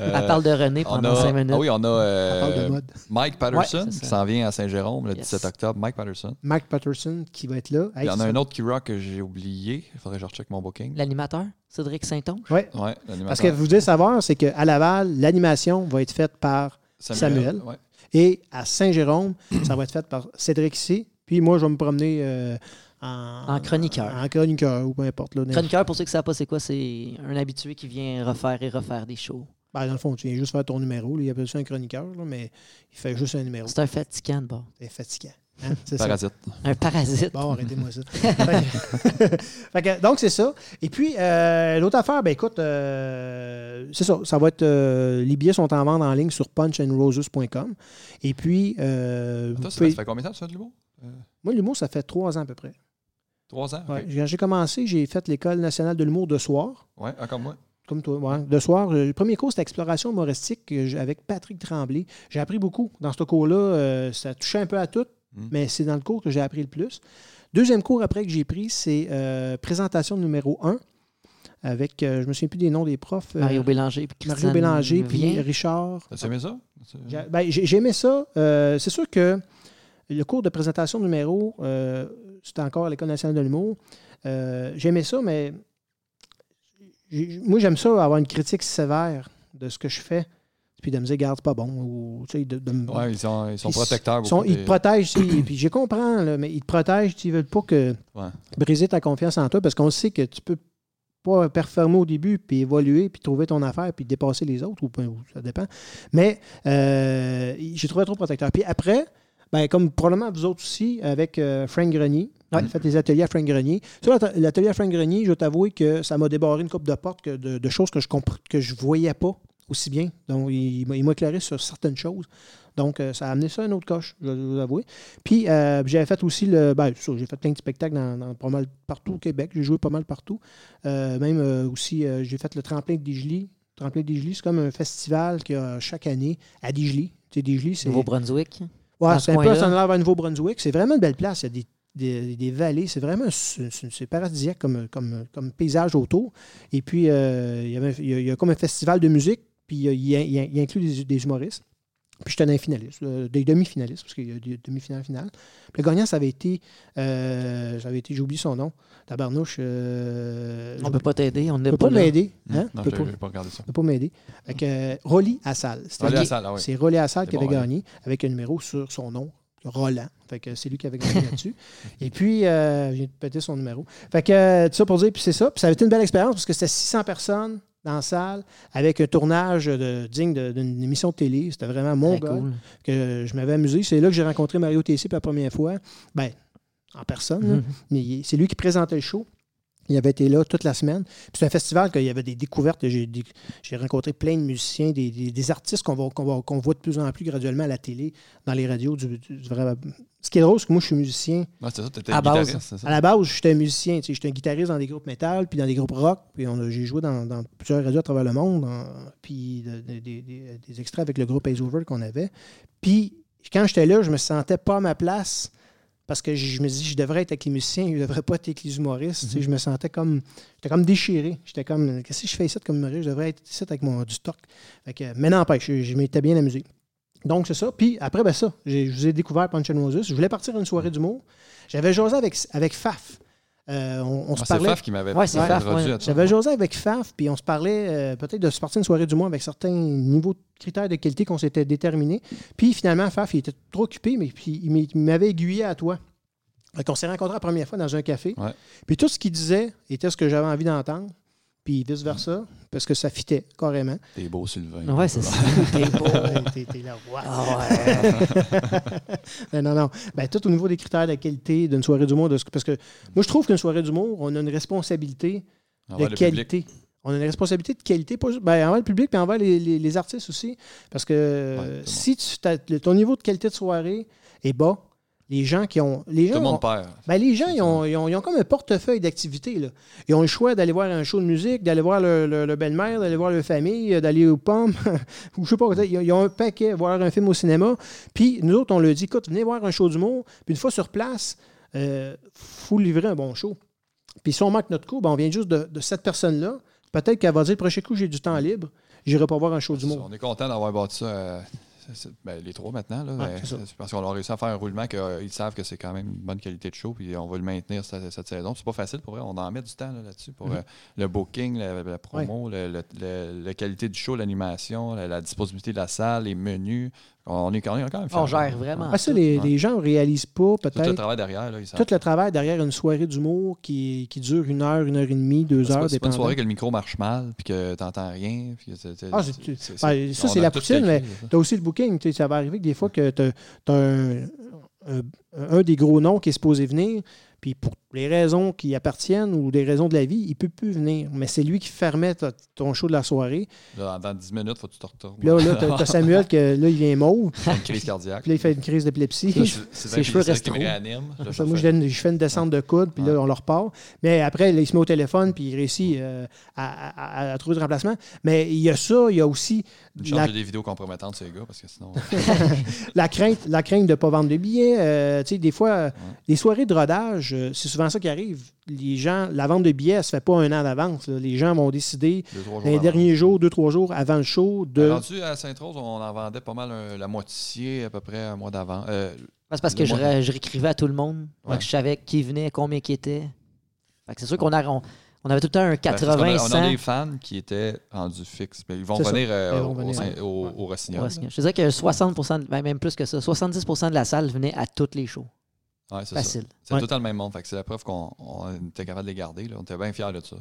Euh, Elle parle de René on pendant a- 5 minutes. Ah oui, on Elle a euh, parle de mode. Mike Patterson Ouais, c'est ça. qui s'en vient à Saint-Jérôme le Yes. 17 octobre. Mike Patterson. Mark Patterson qui va être là. Il Hey, y en ça- a un autre qui rock que j'ai oublié. Il faudrait que je recheck mon booking. L'animateur, Cédric Saint-Onge. Ouais. Ouais, Parce que vous devez savoir, c'est qu'à Laval, l'animation va être faite par. Samuel. ouais. Et à Saint-Jérôme, ça va être fait par Cédric ici. Puis moi, je vais me promener euh, en, En chroniqueur. En chroniqueur, ou peu importe. Là, Chroniqueur, pour ceux qui ne savent pas c'est quoi, c'est un habitué qui vient refaire et refaire des shows. Ben, dans le fond, tu viens juste faire ton numéro. là. Il appelle ça un chroniqueur, là, mais il fait juste un numéro. C'est un fatigant de bord. C'est fatigant. Hein? C'est ça. Parasite. Un parasite. Bon, arrêtez-moi ça. Fait que- Fait que, donc, c'est ça. Et puis, euh, l'autre affaire, ben écoute, euh, c'est ça. Ça va être. euh, les billets sont en vente en ligne sur punchandroses.com. Et puis. euh, Ah, Toi, vous ça pouvez- fait- ça fait combien de temps que tu fais de l'humour? Moi, l'humour, ça fait trois ans à peu près. Trois ans? Ouais. OK. Quand j'ai commencé, j'ai fait l'École nationale de l'humour de soir. Ouais, encore moins. Comme toi, ouais. De soir, euh, le premier cours, c'était exploration humoristique que j'ai- avec Patrick Tremblay. J'ai appris beaucoup. Dans ce cours-là, euh, ça touchait un peu à tout, Mm. mais c'est dans le cours que j'ai appris le plus. Deuxième cours après que j'ai pris, c'est euh, présentation numéro 1 avec, euh, je me souviens plus des noms des profs, euh, Mario Bélanger puis Mario Christiane Bélanger, puis Vien. Richard. T'as-tu aimé ça? J'a- ben, j'ai- J'aimais ça. Euh, c'est sûr que le cours de présentation numéro, euh, c'était encore à l'École nationale de l'humour. Euh, J'aimais ça, mais j'ai- moi, j'aime ça, avoir une critique sévère de ce que je fais. Puis de me dire, garde, c'est pas bon. Ou, tu sais, de, de me- Ouais, ils sont, ils sont Ils s- protecteurs. sont- beaucoup ils des- te protègent, tu sais, puis je comprends, là, mais ils te protègent, tu ne veulent pas que Ouais. briser ta confiance en toi parce qu'on sait que tu peux pas performer au début, puis évoluer, puis trouver ton affaire, puis dépasser les autres, ou, pas, ou ça dépend. Mais euh, j'ai trouvé trop protecteur. Puis après, ben, comme probablement vous autres aussi, avec euh, Frank Grenier, Ouais. Mm. j'ai fait des ateliers à Frank Grenier. Sur l'atte- l'atelier à Frank Grenier, je vais t'avouer que ça m'a débarré une coupe de porte que de, de choses que je compre- que je voyais pas aussi bien. Donc, il, m'a- il m'a éclairé sur certaines choses. Donc, euh, ça a amené ça à une autre coche, je vais vous avouer. Puis, euh, j'avais fait aussi le. Ben, ça, j'ai fait plein de spectacles dans, dans pas mal partout au Québec. J'ai joué pas mal partout. Euh, même euh, aussi, euh, j'ai fait le tremplin de Digely. Le tremplin de Digely, c'est comme un festival qu'il y a chaque année à Digely. Tu sais, Digely, c'est. Nouveau-Brunswick. Ouais, Dans c'est ce un peu coin-là. ça vers Nouveau-Brunswick. C'est vraiment une belle place. Il y a des, des, des vallées. C'est vraiment c'est- c'est c'est paradisiaque comme, comme, comme paysage autour. Et puis, euh, il, y avait, il, y a, il y a comme un festival de musique, puis il, y a- il y a- il inclut des, des humoristes. Puis j'étais un finaliste, euh, des demi-finalistes, parce qu'il y a des demi-finales finales. Puis le gagnant, ça avait été, euh, ça avait été j'ai oublié son nom, Tabarnouche. Euh, On peut pas t'aider, on je n'est peux pas pas là. m'aider. Hein? Hmm. Non, Peut je pas- n'ai pas regardé ça. peut pas m'aider. Avec euh, Rolly Assal. C'était Allez à un- la salle, ah oui. c'est Rolé Assad C'est qui bon, avait ouais. gagné avec un numéro sur son nom, Roland. Fait que c'est lui qui avait gagné là-dessus. Et puis, euh, j'ai pété son numéro. Fait que euh, tout ça pour dire, puis c'est ça. Puis ça a été une belle expérience parce que c'était 600 personnes dans la salle avec un tournage de- digne de- d'une émission de télé. C'était vraiment mon Très gars Ben, cool. que je m'avais amusé. C'est là que j'ai rencontré Mario Tessier pour la première fois. Ben, en personne. là. Mhm. Mais il- c'est lui qui présentait le show. Il avait été là toute la semaine. Puis c'est un festival qu'il y avait des découvertes. J'ai des- j'ai rencontré plein de musiciens, des, des- des artistes qu'on va- qu'on va- qu'on voit de plus en plus graduellement à la télé, dans les radios. Du, du- du vrai- Ce qui est drôle, c'est que moi, je suis musicien. Non, c'est ça, t'étais Ah, bah À base. guitariste, c'est ça? À la base, j'étais un musicien. tu sais, J'étais un guitariste dans des groupes métal, puis dans des groupes rock. Puis on a- j'ai joué dans, dans plusieurs radios à travers le monde, en- puis de- de- des- des- des extraits avec le groupe Over qu'on avait. Puis quand j'étais là, je me sentais pas à ma place parce que je, je me dis je devrais être avec les musiciens, je devrais pas être avec les humoristes. Tu Mhm. sais, Je me sentais comme j'étais comme déchiré. J'étais comme qu'est-ce que je fais ici comme humoriste, je devrais être ici avec mon du stock. Fait que, mais n'empêche, je, je m'étais bien amusé. Donc c'est ça. Puis après ben ça, j'ai- je vous ai découvert Punch and Roses. Je voulais partir à une soirée d'humour. J'avais jasé avec avec Faf. Euh, on, on Ah, se c'est parlait. Faf qui m'avait Ouais, c'est Faf, introduit ouais. à ça. J'avais jasé avec Faf, puis on se parlait euh, peut-être de se partir une soirée du mois avec certains niveaux de critères de qualité qu'on s'était déterminés. Puis finalement, Faf, il était trop occupé, mais puis il m'a- il m'avait aiguillé à toi. Fait qu'on s'est rencontrés la première fois dans un café. Ouais. Puis tout ce qu'il disait était ce que j'avais envie d'entendre, puis vice-versa, parce que ça fitait carrément. T'es beau, Sylvain. Ouais, c'est ça. T'es beau, t'es- t'es le roi. Ah ouais. Ben non, non. Ben, tout au niveau des critères de qualité d'une soirée d'humour. de ce que- Parce que moi, je trouve qu'une soirée d'humour, on a une responsabilité Envers de le public. qualité. On a une responsabilité de qualité, pas juste- ben, envers le public, puis envers les, les- les artistes aussi. Parce que euh, Ouais, tout le monde. si tu, t'as- le- ton niveau de qualité de soirée est bas, Les gens qui ont. Les gens Tout le ont- monde perd. ben, les gens, ils ont, ils ont- ils ont comme un portefeuille d'activités. là. Ils ont le choix d'aller voir un show de musique, d'aller voir le, le- le belle-mère, d'aller voir leur famille, euh, d'aller aux pommes, ou je sais pas, peut-être, ils ont, ils ont un paquet, voir un film au cinéma. Puis nous autres, on leur dit, écoute, venez voir un show d'humour. Puis une fois sur place, euh, faut livrer un bon show. Puis si on manque notre coup, ben, on vient juste de, de cette personne-là. Peut-être qu'elle va dire, le prochain coup, j'ai du temps libre, j'irai pas voir un show d'humour. On est content d'avoir bâti ça. euh, c'est- c'est- ben, les trois maintenant, là, Ouais, mais c'est ça. c'est parce qu'on a réussi à faire un roulement qu'ils savent que c'est quand même une bonne qualité de show, puis on va le maintenir cette, cette saison. C'est pas facile pour vrai, on en met du temps là, là-dessus pour Mm-hmm. euh, le booking, la, la promo, le- le- le- la qualité du show, l'animation, la, la disponibilité de la salle, les menus. On est, on est quand même On fiers. gère vraiment. Ah, ça, les, Ouais. les gens ne réalisent pas, Tout le peut-être. travail derrière, là, ils savent. Tout le travail derrière une soirée d'humour qui, qui dure une heure, une heure et demie, deux Ah, C'est heures, pas, c'est pas une dépendant. soirée que le micro marche mal, puis que t'entends rien. Puis que c'est- c'est- Ah, c'est- c'est- c'est- ben, ça, on c'est a la tout poutine, mais calculé, là. tu as aussi le booking. tu sais, Ça va arriver que des fois que tu as un, un- un des gros noms qui est supposé venir, puis pour les raisons qui y appartiennent ou des raisons de la vie, il peut plus venir. Mais c'est lui qui fermait ta- ton show de la soirée. Là, dans 10 minutes, faut que tu te retournes. Puis là, là tu as, Samuel que là, il vient mauve, Une crise cardiaque. puis là, il fait une crise d'épilepsie. Là, c'est- ses C'est cheveux cheveux restent restent roux. réanime. Là, Après, je moi, je, fais- donne- je fais une descente de coude, puis là, on leur repart. Mais après, là, il se met au téléphone, puis il réussit euh, à, à- à- à trouver du remplacement. Mais il y a ça, il y a aussi de la changer des vidéos compromettantes, ces gars, parce que sinon. la crainte, la crainte de ne pas vendre de billets. euh, tu sais, des fois, euh, les soirées de rodage, euh, c'est souvent ça qui arrive. Les gens, la vente de billets, elle se fait pas un an d'avance. là. Les gens vont décider Deux, trois jours dans les avant. Ben, derniers jours, deux, trois jours avant le show de. Rendu à Sainte-Rose, on en vendait pas mal euh, la moitié, à peu près un mois d'avant. Euh, C'est parce que Le je, mois- ré- je réécrivais à tout le monde. Fait que Ouais. je savais qui venait, combien qui était. Fait que c'est sûr qu'on a- on, on avait tout le temps un Ben, parce qu'on a- 80, On a 100. des fans qui étaient rendus fixes. Mais ils vont C'est ça. venir euh, Ils vont au- venir. au Saint- au au Rossignol. Ouais, c'est- Je te dirais que 60 de- ben, même plus que ça, 70 de la salle venait à toutes les shows. Ouais, c'est ça. Facile. C'est Ouais. tout le même monde. Fait que C'est la preuve qu'on on était capable de les garder. là. On était bien fiers de ça.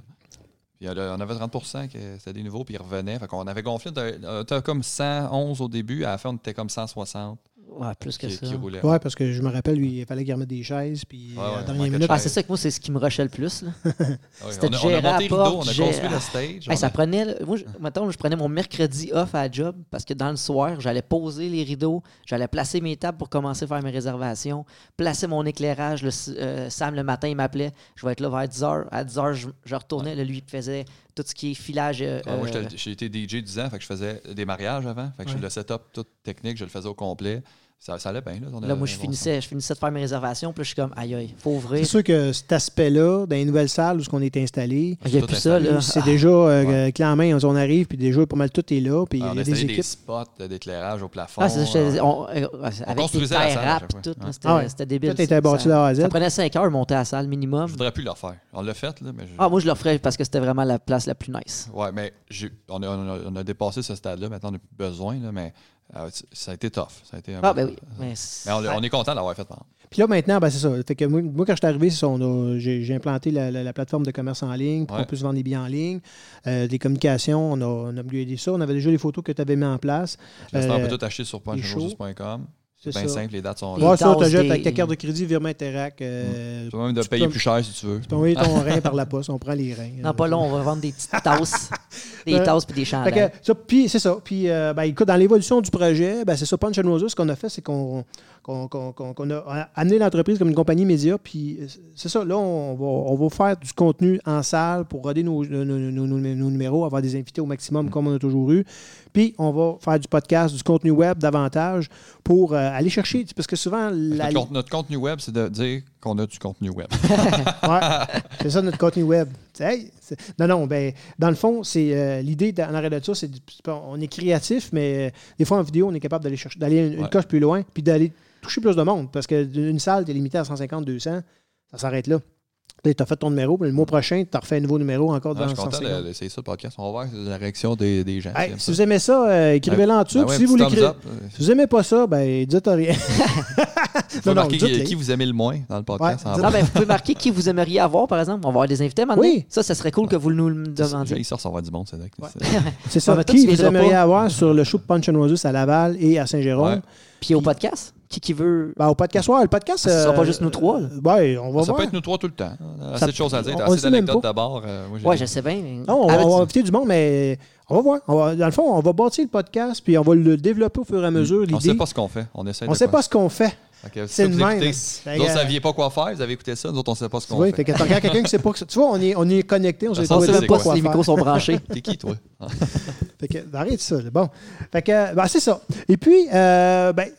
Puis euh, là, on avait 30 que c'était des nouveaux, puis ils revenaient. Fait qu'on avait gonflé. de- On était comme 111 au début. À la fin, on était comme 160 Ouais, plus que qui, ça. qui roulaient. Ouais, parce que je me rappelle, lui, il fallait qu'il remette des chaises, puis Ouais, à la ouais, dernière manquait de minute. Ah, c'est ça que moi, c'est ce qui me rushait le plus. là. Ah oui, C'était on, de a, gérer on a la monté rideau, porte, on a gérer- construit le stage. Hey, on ça a- prenait, le- moi, je, mettons, je prenais mon mercredi off à la job parce que dans le soir, j'allais poser les rideaux, j'allais placer mes tables pour commencer à faire mes réservations, placer mon éclairage. Le, s- euh, Sam, le matin, il m'appelait, je vais être là vers 10h. À 10h, je, je retournais, là, lui, il faisait tout ce qui est filage. euh, Ah, moi, euh, j'étais- j'ai été DJ 10 ans, fait que je faisais des mariages avant. Fait que je- le setup tout technique, je le faisais au complet. Ça, ça allait bien. Là, on là, avait moi, je bon finissais, je finissais de faire mes réservations, puis là, je suis comme, aïe, aïe, faut C'est ouvrir. sûr que cet aspect-là, dans les nouvelles salles où on est installé, Il n'y a Tout plus ça, installé. là. c'est Ah, déjà euh, Ouais. clé en main, on arrive, puis déjà, pas mal tout est là, puis sens. Ah, il on y a des installait des équipes. spots d'éclairage au plafond. Ah, c'est ça, je te euh, dis, on- euh, avec des construisait la salle à terres chaque rap, fois. tout, Ouais. c'était Ah ouais. c'était débile. Tout était bâti Ça- de A à Z. Ça prenait 5 heures monter à la salle minimum. Je voudrais plus le faire. On l'a fait, là, mais je- Ah, moi, je le ferais parce que c'était vraiment la place la plus nice. Ouais, mais j'ai- on, a, on a- on a dépassé ce stade-là. Maintenant, on n'a plus besoin, là, mais euh, c- ça a été tough. Ça a été un Ah, peu- ben oui. Mais, Mais on, on est content d'avoir fait. par exemple. Puis là, maintenant, ben, c'est ça. Fait que moi, moi, quand je suis arrivé, c'est ça, on a- j'ai j'ai implanté la, la- la plateforme de commerce en ligne pour Ouais. qu'on puisse vendre des billets en ligne. Euh, des communications, on a, on a upgradé ça. On avait déjà les photos que tu avais mis en place. Puis là, Euh, on peut tout acheter sur pointchamoses.com. C'est C'est bien ça. simple, les dates sont Les là. Ouais, ça, tasses, tu jettes des- avec ta carte de crédit, virement Interac. euh, Tu peux même de tu payer peux- plus cher si tu veux. Tu peux envoyer ton rein par la poste, on prend les reins. Non, pas long, on va vendre des petites tasses. des Euh, tasses puis des Fait chandelles. que, ça, puis c'est ça. Puis, euh, ben, écoute, dans l'évolution du projet, ben, c'est ça, Punch and Roses, ce qu'on a fait, c'est qu'on qu'on- qu'on- qu'on- qu'on a amené l'entreprise comme une compagnie média. Puis, euh, c'est ça, là, on va, on va faire du contenu en salle pour roder nos, nos- nos- nos- nos- nos numéros, avoir des invités au maximum, comme on a toujours eu. Puis, on va faire du podcast, du contenu web davantage pour euh, aller chercher, parce que souvent, la, Notre, contenu- notre contenu web, c'est de dire qu'on a du contenu web. Ouais, c'est ça notre contenu web. C'est- hey, c'est- non, non, ben, dans le fond, c'est euh, l'idée d- en arrêt de ça, c'est du- c'est pas- on est créatif, mais euh, des fois en vidéo, on est capable d'aller chercher, d'aller une, une Ouais. coche plus loin, puis d'aller toucher plus de monde, parce que d'une salle, tu es limité à 150, 200, ça s'arrête là. Tu as fait ton numéro, puis le mois prochain, tu refait un nouveau numéro encore Non, devant Ah, je suis content 150. de- d'essayer ça, le podcast. On va voir la réaction des, des gens. Hey, qui aiment si ça. vous aimez ça, euh, écrivez-le en dessous. Ben puis ouais, si vous petit thumbs l'écrivez. up, euh, Si vous aimez pas ça, ben dites rien. faut non, non, marquer dites-les. qui, qui vous aimez le moins dans le podcast. Ouais, en dites- Non, bas. mais vous pouvez marquer qui vous aimeriez avoir, par exemple. On va avoir des invités maintenant. Oui. Ça, ça serait cool que vous nous le demandiez. J'ai ça recevoir du monde, c'est vrai. que c'est- C'est ça. Ah, ben, Ouais, mais toi, qui tu vous viendras aimeriez pas. avoir sur le show de Punch and Roses à Laval et à Saint-Jérôme? Ouais. Puis au podcast, qui qui veut. Ben, au podcast, ouais, le podcast. Ce sera euh, pas juste nous trois, là. Ben, on va Ça voir. peut être nous trois tout le temps. On a Ça- assez de choses à dire. T'as on- on assez sait même d'anecdotes pas. d'abord. euh, moi, j'ai Ouais, des- je sais bien. mais- Non, on, Ah, va- ben, on va tu- inviter du monde, mais on va voir. On va- dans le fond, on va bâtir le podcast, puis on va le développer au fur et à mesure. on sait L'idée, pas ce qu'on fait. On essaie on ne sait pas ce qu'on fait. Fait que si C'est vous le même. écoutez, Fait que, Vous ne euh, saviez pas quoi faire, vous avez écouté ça, nous autres, on ne sait pas ce Tu qu'on vois, fait fait. que t'en regardes quelqu'un qui sait pas que ça- Tu vois, on est, on est connecté, on sait Ça, pas, c'est même pas quoi si les faire. micros sont branchés. T'es qui, toi? Ah, Fait que, ben, arrête ça, c'est bon. Fait que, euh, ben, c'est ça. Et puis, euh, ben,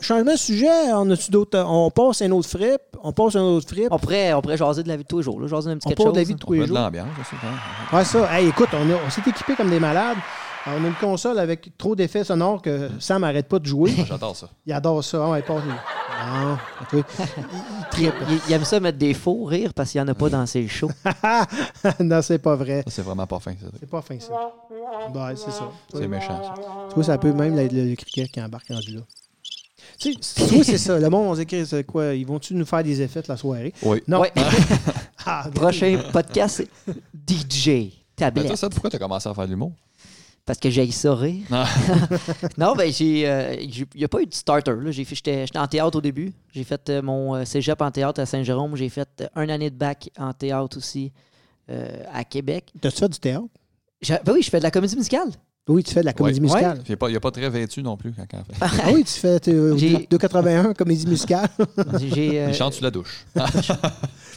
changement de sujet, on a-tu d'autres. On passe à une autre frippe, on passe à une autre frippe, On pourrait, on pourrait jaser de la vie de tous les jours. Là. Jaser un petit on quelque passe de la chose. vie de hein. tous on met les de jours. l'ambiance aussi. hein. Ouais, ça. Hey, écoute, on, a- on s'est équipés comme des malades. On a une console avec trop d'effets sonores que Sam n'arrête pas de jouer. Ah, J'adore ça. Il adore ça. Ouais, il passe- Non, tu vois, il, il trippe. Il, il aime ça mettre des faux rires parce qu'il n'y en a pas dans ses shows. non, c'est pas vrai. Ça, c'est vraiment pas fin. ça. C'est pas fin, que ça. Ouais, c'est ça. C'est méchant, ça. Tu vois, ça peut même être le, le cricket qui embarque rendu là. Tu sais, tu vois, c'est ça. Le monde, on s'écrit, c'est quoi Ils vont-tu nous faire des effets de la soirée Oui. Non. Ouais. Ah, non. Prochain podcast, c'est DJ Mais Tablette. Ben, toi, ça, pourquoi t'as commencé à faire de l'humour? Parce que j'ai ça rire. Non. non, ben j'ai. Il n'y a pas eu de starter. là. J'ai fait- J'étais j'étais en théâtre au début. J'ai fait euh, mon euh, cégep en théâtre à Saint-Jérôme. J'ai fait euh, un année de bac en théâtre aussi euh, à Québec. T'as-tu fait du théâtre J'ai- Ben oui, je fais de la comédie musicale. Oui, tu fais de la comédie Ouais. musicale. Il n'y a pas très vêtu non plus quand quand on fait. Ah oui, tu fais euh, J'ai- 281 comédie musicale. J'ai, euh, Il chante sous la douche. je